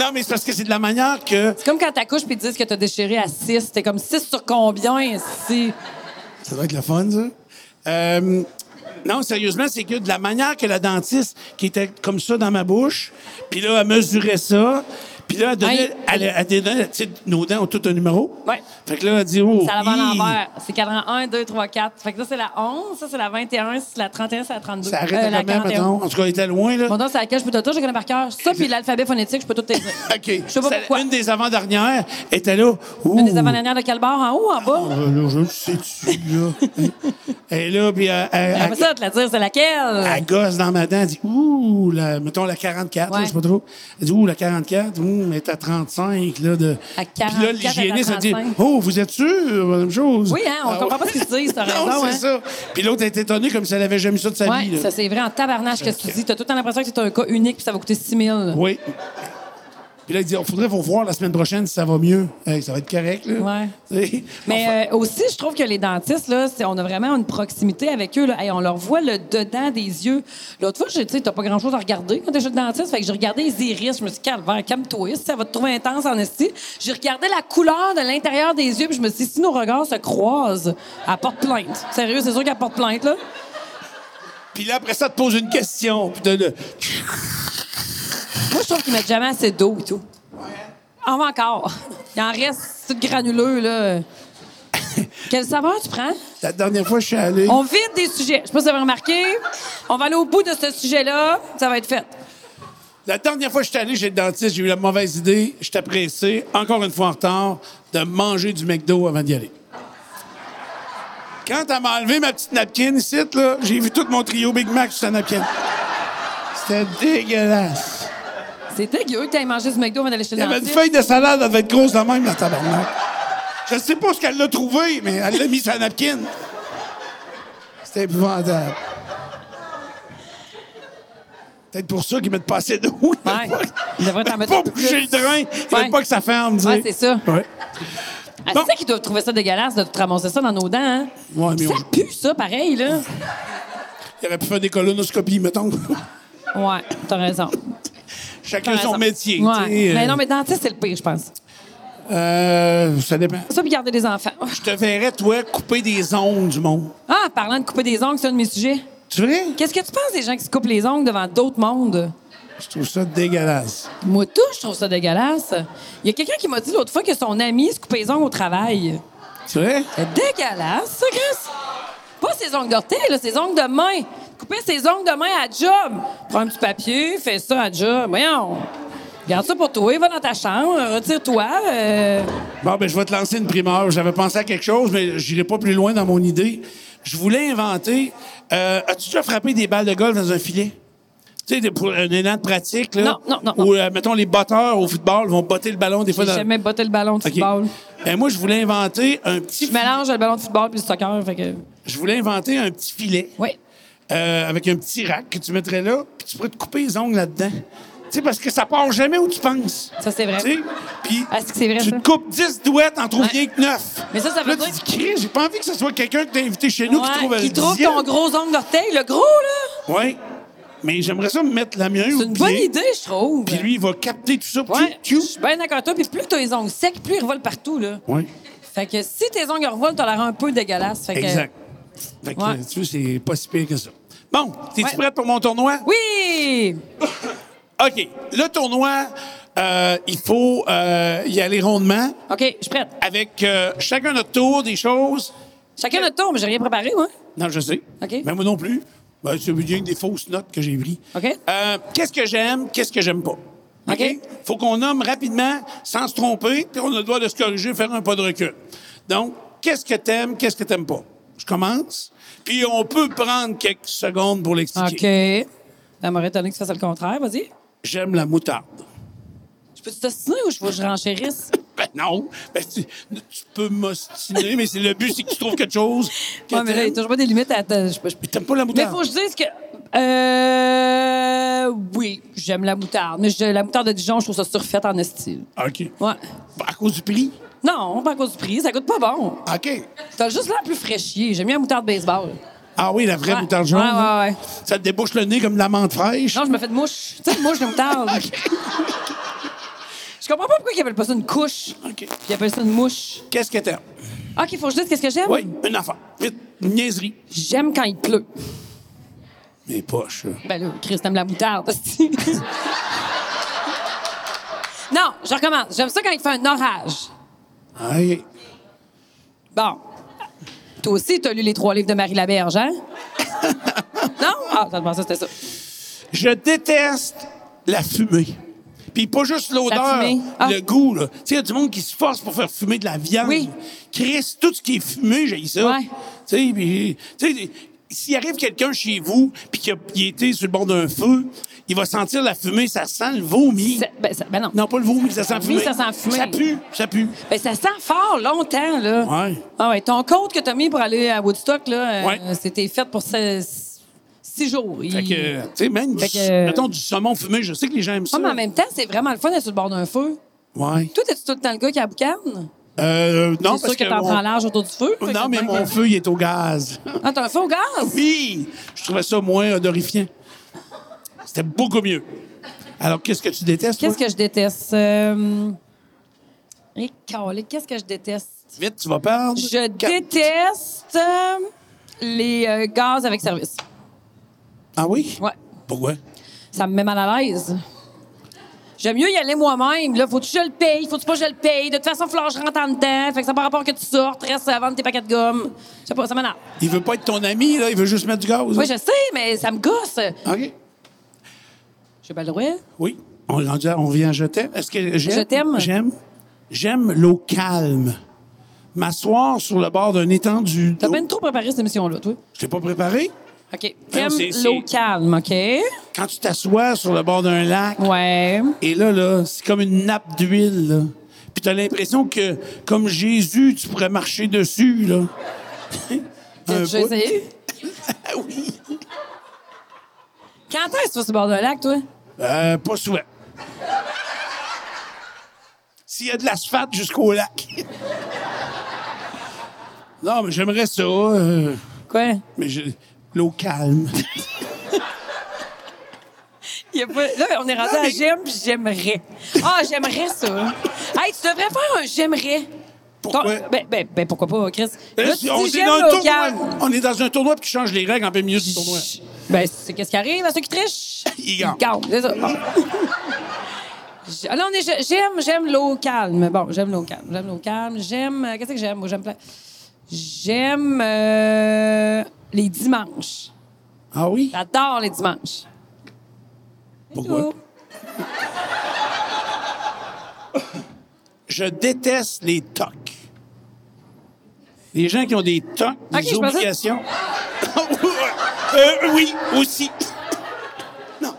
Non, mais c'est parce que c'est de la manière que. C'est comme quand t'accouches puis ils te disent que t'as déchiré à 6. T'es comme 6 sur combien? Si. Ça doit être le fun, ça. Euh, non, sérieusement, c'est que de la manière que la dentiste, qui était comme ça dans ma bouche, puis là, elle mesurait ça, puis là, elle donnait. Hey. Elle, elle donnait- tu sais, nos dents ont tout un numéro. Ouais. Fait que là, elle dit, oh. Ça la va à hi. l'envers. C'est cadran 1, 2, 3, 4. Fait que ça, c'est la 11, ça, c'est la 21, c'est la 31, c'est la 32. Ça Euh, arrête à la combien, 41. mettons? En tout cas, elle était loin, là. Mon nom, c'est laquelle je peux tout dire, je connais par cœur. Ça, puis l'alphabet phonétique, je peux tout te dire. OK. Je sais pas Ça- pourquoi. Une des avant-dernières était là. Ouh. Une des avant-dernières de quel bord, en haut, en bas? Ah, là, je le sais-tu, là. Et là, puis elle, elle- Après elle- ça, te la dire, c'est laquelle? elle gosse dans ma dent, elle dit Ouh, la, mettons la 44, là, Ouais. je sais pas trop. Elle dit Ouh, la 44, ouh, mais t'as 35, là. De... À puis là, 44, l'hygiéniste, à elle dit 35. Oh, vous êtes sûr, euh, madame Chose Oui, hein, on Ah, comprend ouais. pas ce qu'ils disent, t'as Non, raison, c'est hein. ça. Puis l'autre est étonnée comme si elle avait jamais ça de sa vie. Oui, là. ça, c'est vrai, en tabarnache, qu'est-ce que tu dis? T'as tout le temps l'impression que c'est un cas unique, puis ça va coûter 6 000. Oui. Puis là, il dit Il faudrait vous voir la semaine prochaine si ça va mieux. Hey, ça va être correct, là. Ouais. Ouais. Mais euh, aussi, je trouve que les dentistes, là, c'est- on a vraiment une proximité avec eux. Là. Hey, on leur voit le dedans des yeux. L'autre fois, j'ai- tu sais, t'as pas grand-chose à regarder quand t'es chez le dentiste. Fait que j'ai regardé les iris. Je me suis dit, calvaire, calme-toi. Ça va te trouver intense en esti. J'ai regardé la couleur de l'intérieur des yeux. Puis je me suis dit, si nos regards se croisent, elle porte plainte. Sérieux, c'est sûr qu'elle porte plainte, là. Puis là, après ça, te pose une question. Puis t'as le- Moi, je trouve qu'ils mettent jamais assez d'eau et tout. Ah, En va encore. Il en reste tout granuleux, là. Quelle saveur tu prends? La dernière fois, je suis allé. On vide des sujets. Je sais pas si vous avez remarqué. On va aller au bout de ce sujet-là. Ça va être fait. La dernière fois que j'étais allé chez le dentiste, j'ai eu la mauvaise idée, j'étais pressé, encore une fois en retard, de manger du McDo avant d'y aller. Quand elle m'a enlevé ma petite napkin ici, là, j'ai vu tout mon trio Big Mac sur sa napkin. C'était dégueulasse. C'est dégueu que t'aies mangé du McDo avant d'aller chez Il y le avait une dentiste. feuille de salade, elle devait être grosse de même, la tabarnak. Je sais pas ce qu'elle l'a trouvé, mais elle l'a mis sur la napkin. C'était épouvantable. Peut-être pour ça qu'ils mettent pas assez d'eau. Ouais. Ils devraient t'en mettre Pas un peu bouger plus. le drain. Ils Ouais. veulent pas que ça ferme, tu sais. Ouais, c'est ça. Ouais. Ah, Bon. C'est ça qu'ils doivent trouver ça dégueulasse de te ramasser ça dans nos dents. Hein? Ouais, mais ça on- pue, ça, pareil, là. Il aurait pu faire des colonoscopies, mettons. Ouais, t'as raison. Chacun T'as son raison. métier. Ouais. tu sais, euh, Mais non, mais dentiste, c'est le pire, je pense. euh, ça dépend. Ça, puis garder des enfants. Je te verrais, toi, couper des ongles du monde. Ah, parlant de couper des ongles, c'est un de mes sujets. Tu verrais? Qu'est-ce que tu penses des gens qui se coupent les ongles devant d'autres mondes? Je trouve ça dégueulasse. Moi, tout, je trouve ça dégueulasse. Il y a quelqu'un qui m'a dit l'autre fois que son ami se coupait les ongles au travail. Tu verrais? C'est dégueulasse, ça, Chris. Pas ses ongles d'orteil, là, ses ongles de main. Couper ses ongles de main à job. Prends un petit papier, fais ça à job. Voyons. Garde ça pour toi, va dans ta chambre, retire-toi. euh. Bon, ben, je vais te lancer une primeur. J'avais pensé à quelque chose, mais j'irai pas plus loin dans mon idée. Je voulais inventer. euh, As-tu déjà frappé des balles de golf dans un filet? Tu sais, des- pour un élan de pratique, là. Non, non, non, non. Où, euh, mettons, les batteurs au football vont botter le ballon des fois J'ai dans. jamais botté le ballon de OK. football. Ben, moi, je voulais inventer un petit. Je mélange le ballon de football puis le soccer, fait que... Je voulais inventer un petit filet. Oui. euh, avec un petit rack que tu mettrais là, puis tu pourrais te couper les ongles là-dedans. Tu sais, parce que ça part jamais où tu penses. Ça, c'est vrai. Tu sais, puis Ah, c'est que c'est vrai, tu ça. te coupes 10 douettes, t'en trouves Ouais. rien que 9. Mais ça, ça veut là, dire- tu te cries, j'ai pas envie que ce soit quelqu'un que t'as invité chez nous Ouais, qui trouve un qui trouve dixième. ton gros ongle d'orteil, le gros, là. Ouais. Mais j'aimerais ça me mettre la mienne C'est au une pied, bonne idée, je trouve. Puis lui, il va capter tout ça. Ouais, je Tchou, suis bien d'accord avec toi. Puis plus t'as les ongles secs, plus ils revolent partout, là. tchou. Ouais. Fait que si tes ongles revolent, t'as l'air un peu dégueulasse. Fait que- Exact. Fait que, Ouais. euh, tu vois, c'est pas si pire que ça. Bon, t'es-tu Ouais. prête pour mon tournoi? Oui! OK. Le tournoi, euh, il faut euh, y aller rondement. OK, je suis prête. avec euh, chacun notre tour des choses. Chacun notre tour, mais j'ai rien préparé, moi. Non, je sais. OK. Mais moi non plus. Ben, c'est bien que des fausses notes que j'ai prises. OK. Euh, qu'est-ce que j'aime, qu'est-ce que j'aime pas? OK. Faut qu'on nomme rapidement, sans se tromper, puis on a le droit de se corriger, faire un pas de recul. Donc, qu'est-ce que t'aimes, qu'est-ce que t'aimes pas? Je commence, puis on peut prendre quelques secondes pour l'expliquer. OK. Ça m'aurait étonné que tu fasses le contraire, vas-y. J'aime la moutarde. Je peux-tu t'ostiner ou je veux que je renchérisse? Ben non, ben tu, tu peux m'ostiner, mais c'est le but, c'est que tu trouves quelque chose. que Ouais, mais là, il y a t'aimes. toujours pas des limites à. ta- je peux- je- Mais t'aimes pas la Mais moutarde? faut que je dise que. Euh. Oui, j'aime la moutarde. Mais je- la moutarde de Dijon, je trouve ça surfaite en style. OK. Ouais. Ben, À cause du prix? Non, pas à cause du prix, ça coûte pas bon. OK. T'as juste l'air plus fraîchier. J'aime mieux la moutarde baseball. Ah oui, la vraie Ouais. moutarde jaune. hein? Ouais, ouais, là. ouais. Ça te débouche le nez comme de la menthe fraîche. Non, je me fais de mouche. Tu sais, une mouche de moutarde. Je comprends pas pourquoi ils appellent pas ça une couche. OK. Ils appellent ça une mouche. Qu'est-ce que t'aimes? OK, faut que je dise qu'est-ce que j'aime. Oui, une affaire. Vite, une niaiserie. J'aime quand il pleut. Mes poches. là. Ben là, Chris, t'aimes la moutarde. hostie. non, je recommence. J'aime ça quand il fait un orage. Aïe. Bon. Toi aussi, t'as lu les trois livres de Marie Laberge, hein? non? Ah, ça te pensait que c'était ça. Je déteste la fumée. Puis pas juste l'odeur, La fumée. Ah. le goût. là. Tu sais, il y a du monde qui se force pour faire fumer de la viande. Oui. Chris, tout ce qui est fumé, j'ai ça. Ouais. Tu sais, puis- tu sais, s'il arrive quelqu'un chez vous puis qu'il a il était sur le bord d'un feu, il va sentir la fumée, ça sent le vomi. C'est- Ben, ça- ben non. Non, pas le vomi, ça sent la Oui, fumée. ça sent la fumée. Ça pue, ça pue. Ben, ça sent fort longtemps, là. Ouais. Ah ouais, ton compte que t'as mis pour aller à Woodstock, là, euh, Ouais. c'était fait pour six, six jours. Fait Il- que, tu sais, même, du, Fait que- mettons, du saumon fumé, je sais que les gens aiment ça. Ouais, mais en même temps, c'est vraiment le fun d'être sur le bord d'un feu. Ouais. Toi, t'es-tu tout le temps le gars qui a la boucane? Euh, non, C'est sûr parce que, t'en mon- prends large autour du feu. Fait Non, que mais c'est mon bien- feu, il est au gaz. Ah, t'as un feu au gaz? Puis, je trouvais ça moins odorifiant. C'était beaucoup mieux. Alors, qu'est-ce que tu détestes, Qu'est-ce toi? que je déteste? Euh... eh, câlé, qu'est-ce que je déteste? Vite, tu vas perdre. Je Quatre- déteste euh, les euh, gaz avec service. Ah oui? Ouais. Pourquoi? Ça me met mal à l'aise. J'aime mieux y aller moi-même. Là, faut-tu que je le paye? Faut-tu pas que je le paye? De toute façon, faut que je rentre en dedans. Fait que ça par rapport que tu sortes, reste à vendre tes paquets de gomme. Je sais pas, ça m'énerve. Il veut pas être ton ami, là. Il veut juste mettre du gaz. hein? Oui, je sais, mais ça me gosse. OK. J'ai pas le droit. Oui. On, est rendu à- on vient à Je t'aime. Est-ce que j'aime? Je t'aime. J'aime. J'aime l'eau calme. M'asseoir sur le bord d'un étang du. T'as d'eau. bien trop préparé cette émission-là, toi. Je t'ai pas préparé. OK. Non, Thème Ben, c'est- c'est- l'eau calme, OK? Quand tu t'assois sur le bord d'un lac, Ouais. et là, là, c'est comme une nappe d'huile, là. Puis t'as l'impression que, comme Jésus, tu pourrais marcher dessus, là. T'as Un déjà bout. essayé? Ah oui. Quand est-ce que tu vas sur le bord d'un lac, toi? Euh, pas souvent. S'il y a de l'asphalte jusqu'au lac. non, mais j'aimerais ça. euh, Quoi? mais je- l'eau calme. Il y a pas... Là, on est rendu à j'aime puis j'aimerais. Ah, j'aimerais ça. Hey, tu devrais faire un j'aimerais. Pourquoi? Ton- Ben, ben, ben, pourquoi pas, Chris? Là, Là, si- tu on, dis est j'aime dans un l'eau tournoi, calme. on est dans un tournoi puis qui change les règles en plein milieu du tournoi. Ben, c'est qu'est-ce qui arrive à ceux qui trichent? Ils gagnent. c'est ça. Bon. Ah non, on est- j'aime, j'aime l'eau calme. Bon, j'aime l'eau calme, j'aime l'eau calme. J'aime, euh, qu'est-ce que j'aime? Moi, j'aime plein. J'aime euh, les dimanches. Ah oui? J'adore les dimanches. Pourquoi? Je déteste les tocs. Les gens qui ont des tocs, des Ok, je pensais- obligations. Euh, oui, aussi. non.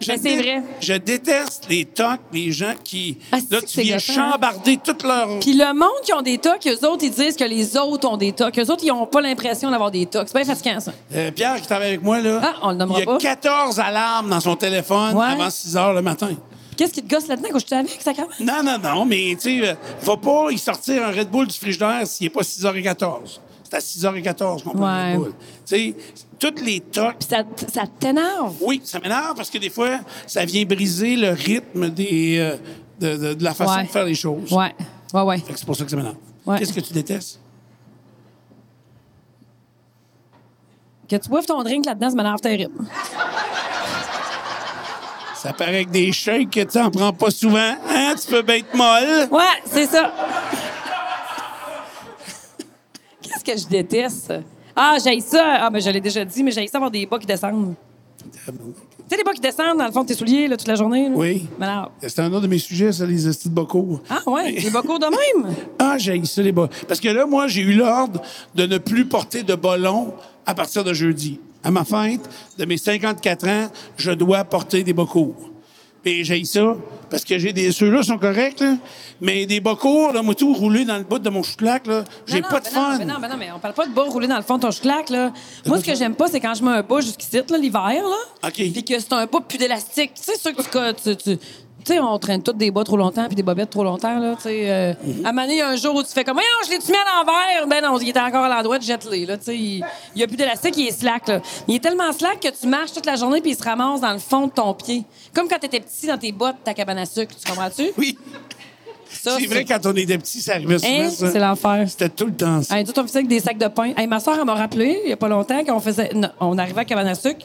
Je Mais Ben, c'est dé- vrai. Je déteste les tocs, les gens qui. Ah, c'est là, que tu c'est viens gossant, hein? chambarder toute leur. Puis le monde qui ont des tocs, eux autres, ils disent que les autres ont des tocs. Eux autres, ils n'ont pas l'impression d'avoir des tocs. C'est bien fatigant, ça. Euh, Pierre, qui travaille avec moi, là. Ah, on le nommera Il y a pas. 14 alarmes dans son téléphone Ouais. avant 6 heures le matin. Qu'est-ce qui te gosse là-dedans quand je suis avec, sacrément? Non, non, non, mais tu sais, euh, va pas y sortir un Red Bull du frigidaire s'il n'est pas 6h14. C'est à 6h14 qu'on prend Ouais. le Red Bull. Tu sais, toutes les tocs. Puis ça, t- ça t'énerve. Oui, ça m'énerve parce que des fois, ça vient briser le rythme des, euh, de, de- de la façon Ouais. de faire les choses. Ouais. Ouais, ouais. Fait que C'est pour ça que ça m'énerve. Ouais. Qu'est-ce que tu détestes? Que tu boives ton drink là-dedans, ça m'énerve terrible. Ça paraît que des shakes, que tu n'en prends pas souvent. Hein? Tu peux bien être molle. Ouais, c'est ça. Qu'est-ce que je déteste? Ah, j'ai ça. Ah, mais je l'ai déjà dit, mais j'ai ça avoir des bas qui descendent. Tu sais, les bas qui descendent dans le fond de tes souliers là, toute la journée. là? Oui. M'énerve. C'est un autre de mes sujets, ça, les estis de bocaux. Ah, ouais, les bas courts de même. Ah, j'ai ça les bas. Parce que là, moi, j'ai eu l'ordre de ne plus porter de bas longs à partir de jeudi. À ma fête, de mes 54 ans, je dois porter des bas courts. Et j'ai ça parce que j'ai des ceux-là sont corrects, là, mais des bas courts, là, moi tout roulé dans le bout de mon choulac, là, j'ai Non, pas non, de ben non, fun. ben non, ben non, mais on parle pas de bas roulé dans le fond de ton claque là. Moi, ce que j'aime pas, c'est quand je mets un bas jusqu'ici, là, l'hiver, là. OK. Puis que c'est un bas plus d'élastique. Tu sais, ceux que tu co- tu. tu- tu sais, on traîne tous des bas trop longtemps puis des bobettes trop longtemps, là. Tu sais, euh, à un moment donné, il y a un jour où tu fais comme, voyons, je l'ai-tu mis à l'envers? Ben non, il était encore à l'endroit, jette-les, là. Tu sais, il il y a plus d'élastique, il est slack, là. Mais Il est tellement slack que tu marches toute la journée puis il se ramasse dans le fond de ton pied. Comme quand t'étais petit dans tes bottes, ta cabane à sucre, tu comprends-tu? Oui, Ça, c'est vrai, quand on était petit, ça arrivait souvent, Hein? ça. C'est l'enfer. C'était tout le temps ça. Hey, Hein, nous autres, on faisait avec des sacs de pain. Hey, ma soeur, elle m'a rappelé, il n'y a pas longtemps, qu'on faisait. non, on arrivait à cabane à sucre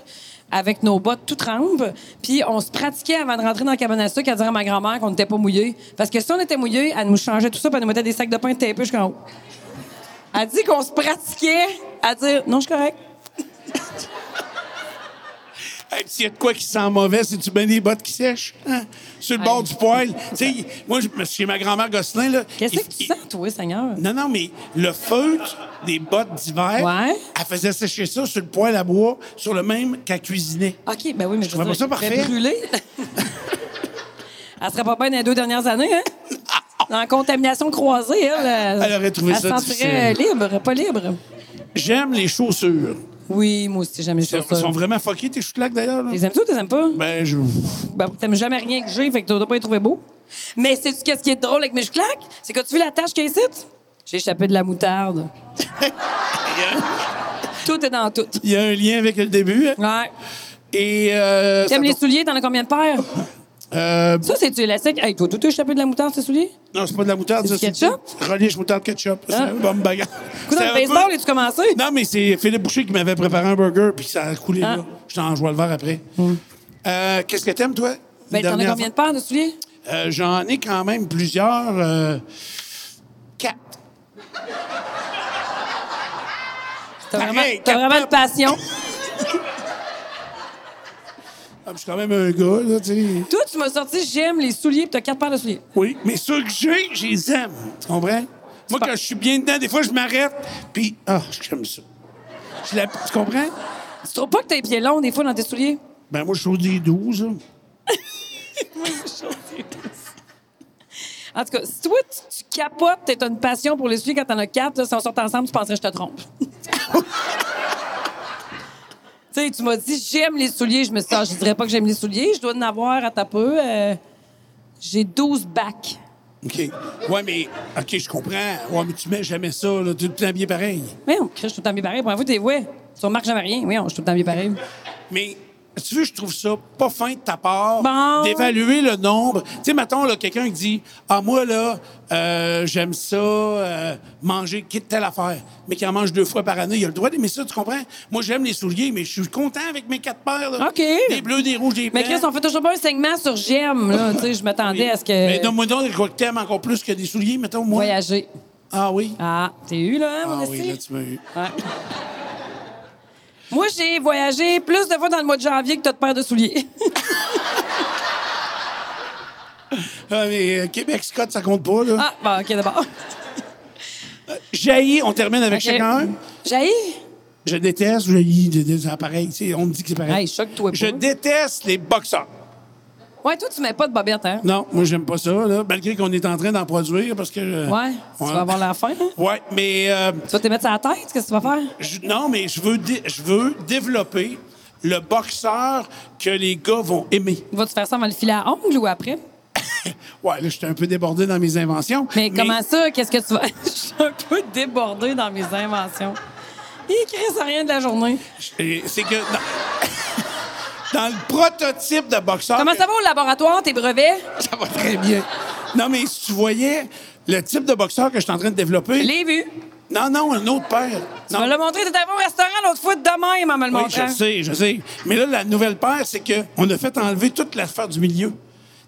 avec nos bottes toutes trempes, puis on se pratiquait avant de rentrer dans la cabane à sucre à dire à ma grand-mère qu'on n'était pas mouillés. Parce que si on était mouillés, elle nous changeait tout ça, puis elle nous mettait des sacs de pain tapés jusqu'en haut. Elle dit qu'on se pratiquait à dire non, je suis correct. Hey, S'il y a de quoi qui sent mauvais, c'est-tu bien des bottes qui sèchent? hein? Sur le bord du poêle. Tu sais, moi, je- chez ma grand-mère Gosselin, là... Qu'est-ce il- que tu il- sens, toi, Seigneur? Non, non, mais le feutre des bottes d'hiver, Ouais. elle faisait sécher ça sur le poêle à bois, sur le même qu'elle cuisinait. OK, ben oui, mais je trouvais veux dire, pas ça elle parfait. serait brûlée. elle serait pas bien dans les deux dernières années, hein? Dans la contamination croisée, elle. Ah, Elle aurait trouvé ça Elle se sentirait libre, pas libre. J'aime les chaussures. Oui, moi aussi, j'aime les Elles chaussures. sont vraiment fuckées, tes choutlacs, d'ailleurs. là? Les aimes-tu ou t'es aimes pas? Ben, je... Ben, t'aimes jamais rien que j'ai, fait que t'as pas les trouver beau. Mais sais-tu qu'est-ce qui est drôle avec mes claques? C'est que tu vois la tache qu'il y a ici? J'ai échappé de la moutarde. tout est dans tout. Il y a un lien avec le début. hein? Ouais. Et... Euh, ça T'aimes les tombe- souliers, t'en as combien de paires? Euh, Ça, c'est-tu élastique? Hey, toi, tout est échappé de la moutarde, tes souliers? non, c'est pas de la moutarde. C'est ça, du ketchup? Ah. du Relish moutarde ketchup. C'est un bon bagarre. Coup dans C'est le un peu- baseball, as-tu commencé? Non, mais c'est Philippe Boucher qui m'avait préparé un burger, puis ça a coulé Ah. là. Je t'en joue le verre après. Euh, Qu'est-ce que t'aimes, toi? Ben, t'en as Dernière combien de paires de souliers? Euh, J'en ai quand même plusieurs. euh, quatre. T'as Pareil, vraiment, t'as quatre vraiment de passion. Ah, je suis quand même un gars, là, tu sais. Toi, tu m'as sorti, j'aime les souliers, puis t'as quatre paires de souliers. Oui, mais ceux que j'ai, je les aime. Tu comprends? Moi, ah, quand je suis bien dedans, des fois, je m'arrête, puis ah, j'aime ça. Je la- Tu comprends? Tu trouves pas que t'as les pieds longs des fois dans tes souliers? Ben, moi, je trouve des 12. là. En tout cas, si toi, tu, tu capotes, t'as une passion pour les souliers quand t'en as quatre, là, si on sort ensemble, tu penserais que je te trompe. tu sais, tu m'as dit, j'aime les souliers. Je me suis dit, ah, je dirais pas que j'aime les souliers. Je dois en avoir à ta peu. euh, J'ai 12 bacs. OK. Ouais, mais. OK, je comprends. Ouais, mais tu mets jamais ça, là. Tu es tout le temps bien pareil. Mais on crée, je suis tout le temps bien pareil. Pour vous, t'es, ouais, tu remarques jamais rien. Oui, on- je suis tout le temps bien pareil. Mais tu veux, je trouve ça pas fin de ta part Bon. d'évaluer le nombre. Tu sais, mettons, là, quelqu'un qui dit Ah, moi, là, euh, j'aime ça, euh, manger quitte telle affaire, mais qui en mange deux fois par année, il a le droit d'aimer ça, tu comprends? Moi, j'aime les souliers, mais je suis content avec mes quatre paires, là. OK. Des bleus, des rouges, des Mais blancs. Chris, on fait toujours pas un segment sur j'aime, là. Tu sais, je m'attendais à ce que. Mais donne-moi donc quoi que t'aimes encore plus que des souliers, mettons, moi. Voyager. Ah oui. Ah, t'es eu, là, hein, mon Ah esti? oui, là, tu m'as eu. Ouais. Moi, j'ai voyagé plus de fois dans le mois de janvier que t'as de paire de souliers. Ah, mais euh, Québec, Scott, ça compte pas, là. ah, bon, OK, d'abord. Jaillit, on termine avec chacun. J'ai. Je déteste, je lis des, des appareils. tu sais, on me dit que c'est pareil. Hey, choque-toi pas. Je déteste les boxeurs. Ouais, toi, tu mets pas de bobette, hein? Non, moi, j'aime pas ça, là, malgré qu'on est en train d'en produire parce que. euh, Ouais, tu vas avoir la faim, hein? Ouais, mais. euh, Tu vas te mettre ça à la tête? Qu'est-ce que tu vas faire? je- non, mais je veux, dé- je veux développer le boxeur que les gars vont aimer. Vas-tu faire ça avant le filet à ongles ou après? Ouais, là, j'étais un peu débordé dans mes inventions. Mais, comment ça? Qu'est-ce que tu vas. Je suis un peu débordée dans mes inventions. Il crée ça rien de la journée. Et C'est que. Dans, dans le prototype de boxeur. Comment ça va au laboratoire, tes brevets? Ça va très bien. Non, mais si tu voyais le type de boxeur que je suis en train de développer. Je l'ai vu. Non, non, un autre paire. Tu m'as Non. le montré, t'étais allé au restaurant l'autre fois de même en me le Oui, montrant. je sais, je sais. Mais là, la nouvelle paire, c'est qu'on a fait enlever toute l'affaire du milieu.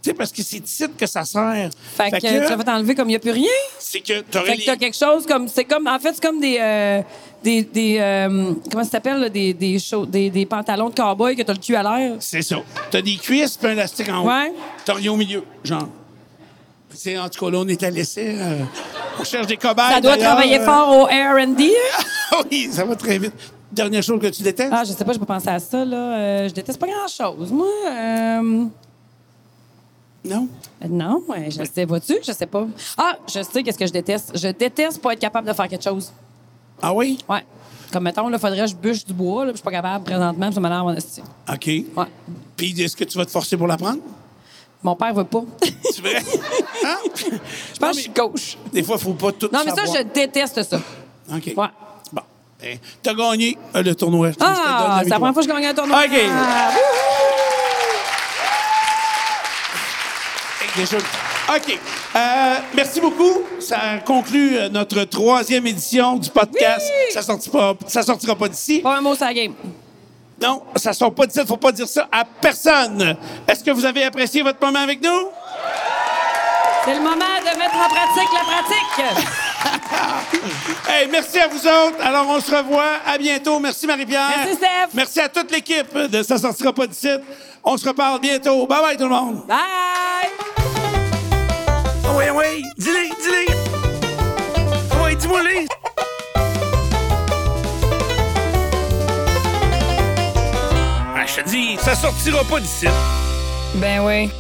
Tu sais, parce que c'est ici que ça sert. Fait, que, tu vas t'enlever comme il n'y a plus rien. c'est que t'aurais Fait que les... t'as quelque chose comme. C'est comme. En fait, c'est comme des. euh, des. des euh, comment ça s'appelle, là? Des, des, chauds- des, des pantalons de cowboy que t'as le cul à l'air. C'est ça. T'as des cuisses puis un élastique en haut. Ouais. T'as rien au milieu, genre. C'est en tout cas, là, on est à l'essai. euh, on cherche des cobayes. Ça doit d'ailleurs, travailler euh, fort au RD. hein? Ah oui, ça va très vite. Dernière chose que tu détestes? Ah, je sais pas, j'ai pas pensé à ça, là. Euh, je déteste pas grand-chose, moi. Euh, Non? non, ouais, je sais, vois-tu? Je sais pas. Ah, je sais qu'est-ce que je déteste. Je déteste pas être capable de faire quelque chose. Ah oui? Ouais. Comme mettons, là, faudrait que je bûche du bois, là, puis je suis pas capable présentement, puis ça m'a l'air mon esti. OK. Ouais. Puis est-ce que tu vas te forcer pour la prendre? Mon père veut pas. je Tu veux? Hein? pense que je suis gauche. Des fois, faut pas tout Non, mais savoir. ça, je déteste ça. OK. Ouais. Bon. Ben, T'as gagné euh, le tournoi. Je te donne la Ah, c'est la victoire. première fois que je gagne un tournoi. OK. Ah, Hey, déjà- OK. Euh, merci beaucoup. Ça conclut euh, notre troisième édition du podcast. Oui! Ça, sortit pas, ça sortira pas d'ici. Pas un mot sur la game. Non, ça sort pas d'ici. Faut pas dire ça à personne. Est-ce que vous avez apprécié votre moment avec nous? C'est le moment de mettre en pratique la pratique. Hey, merci à vous autres. Alors, on se revoit. À bientôt. Merci, Marie-Pierre. Merci, Steph. Merci à toute l'équipe de Ça sortira pas d'ici. On se reparle bientôt. Bye-bye, tout le monde. Bye! Ah ouais, ah ouais, dis-les, dis-les. Ah ouais, dis-moi les. Ah, je te dis, ça sortira pas d'ici. Ben oui.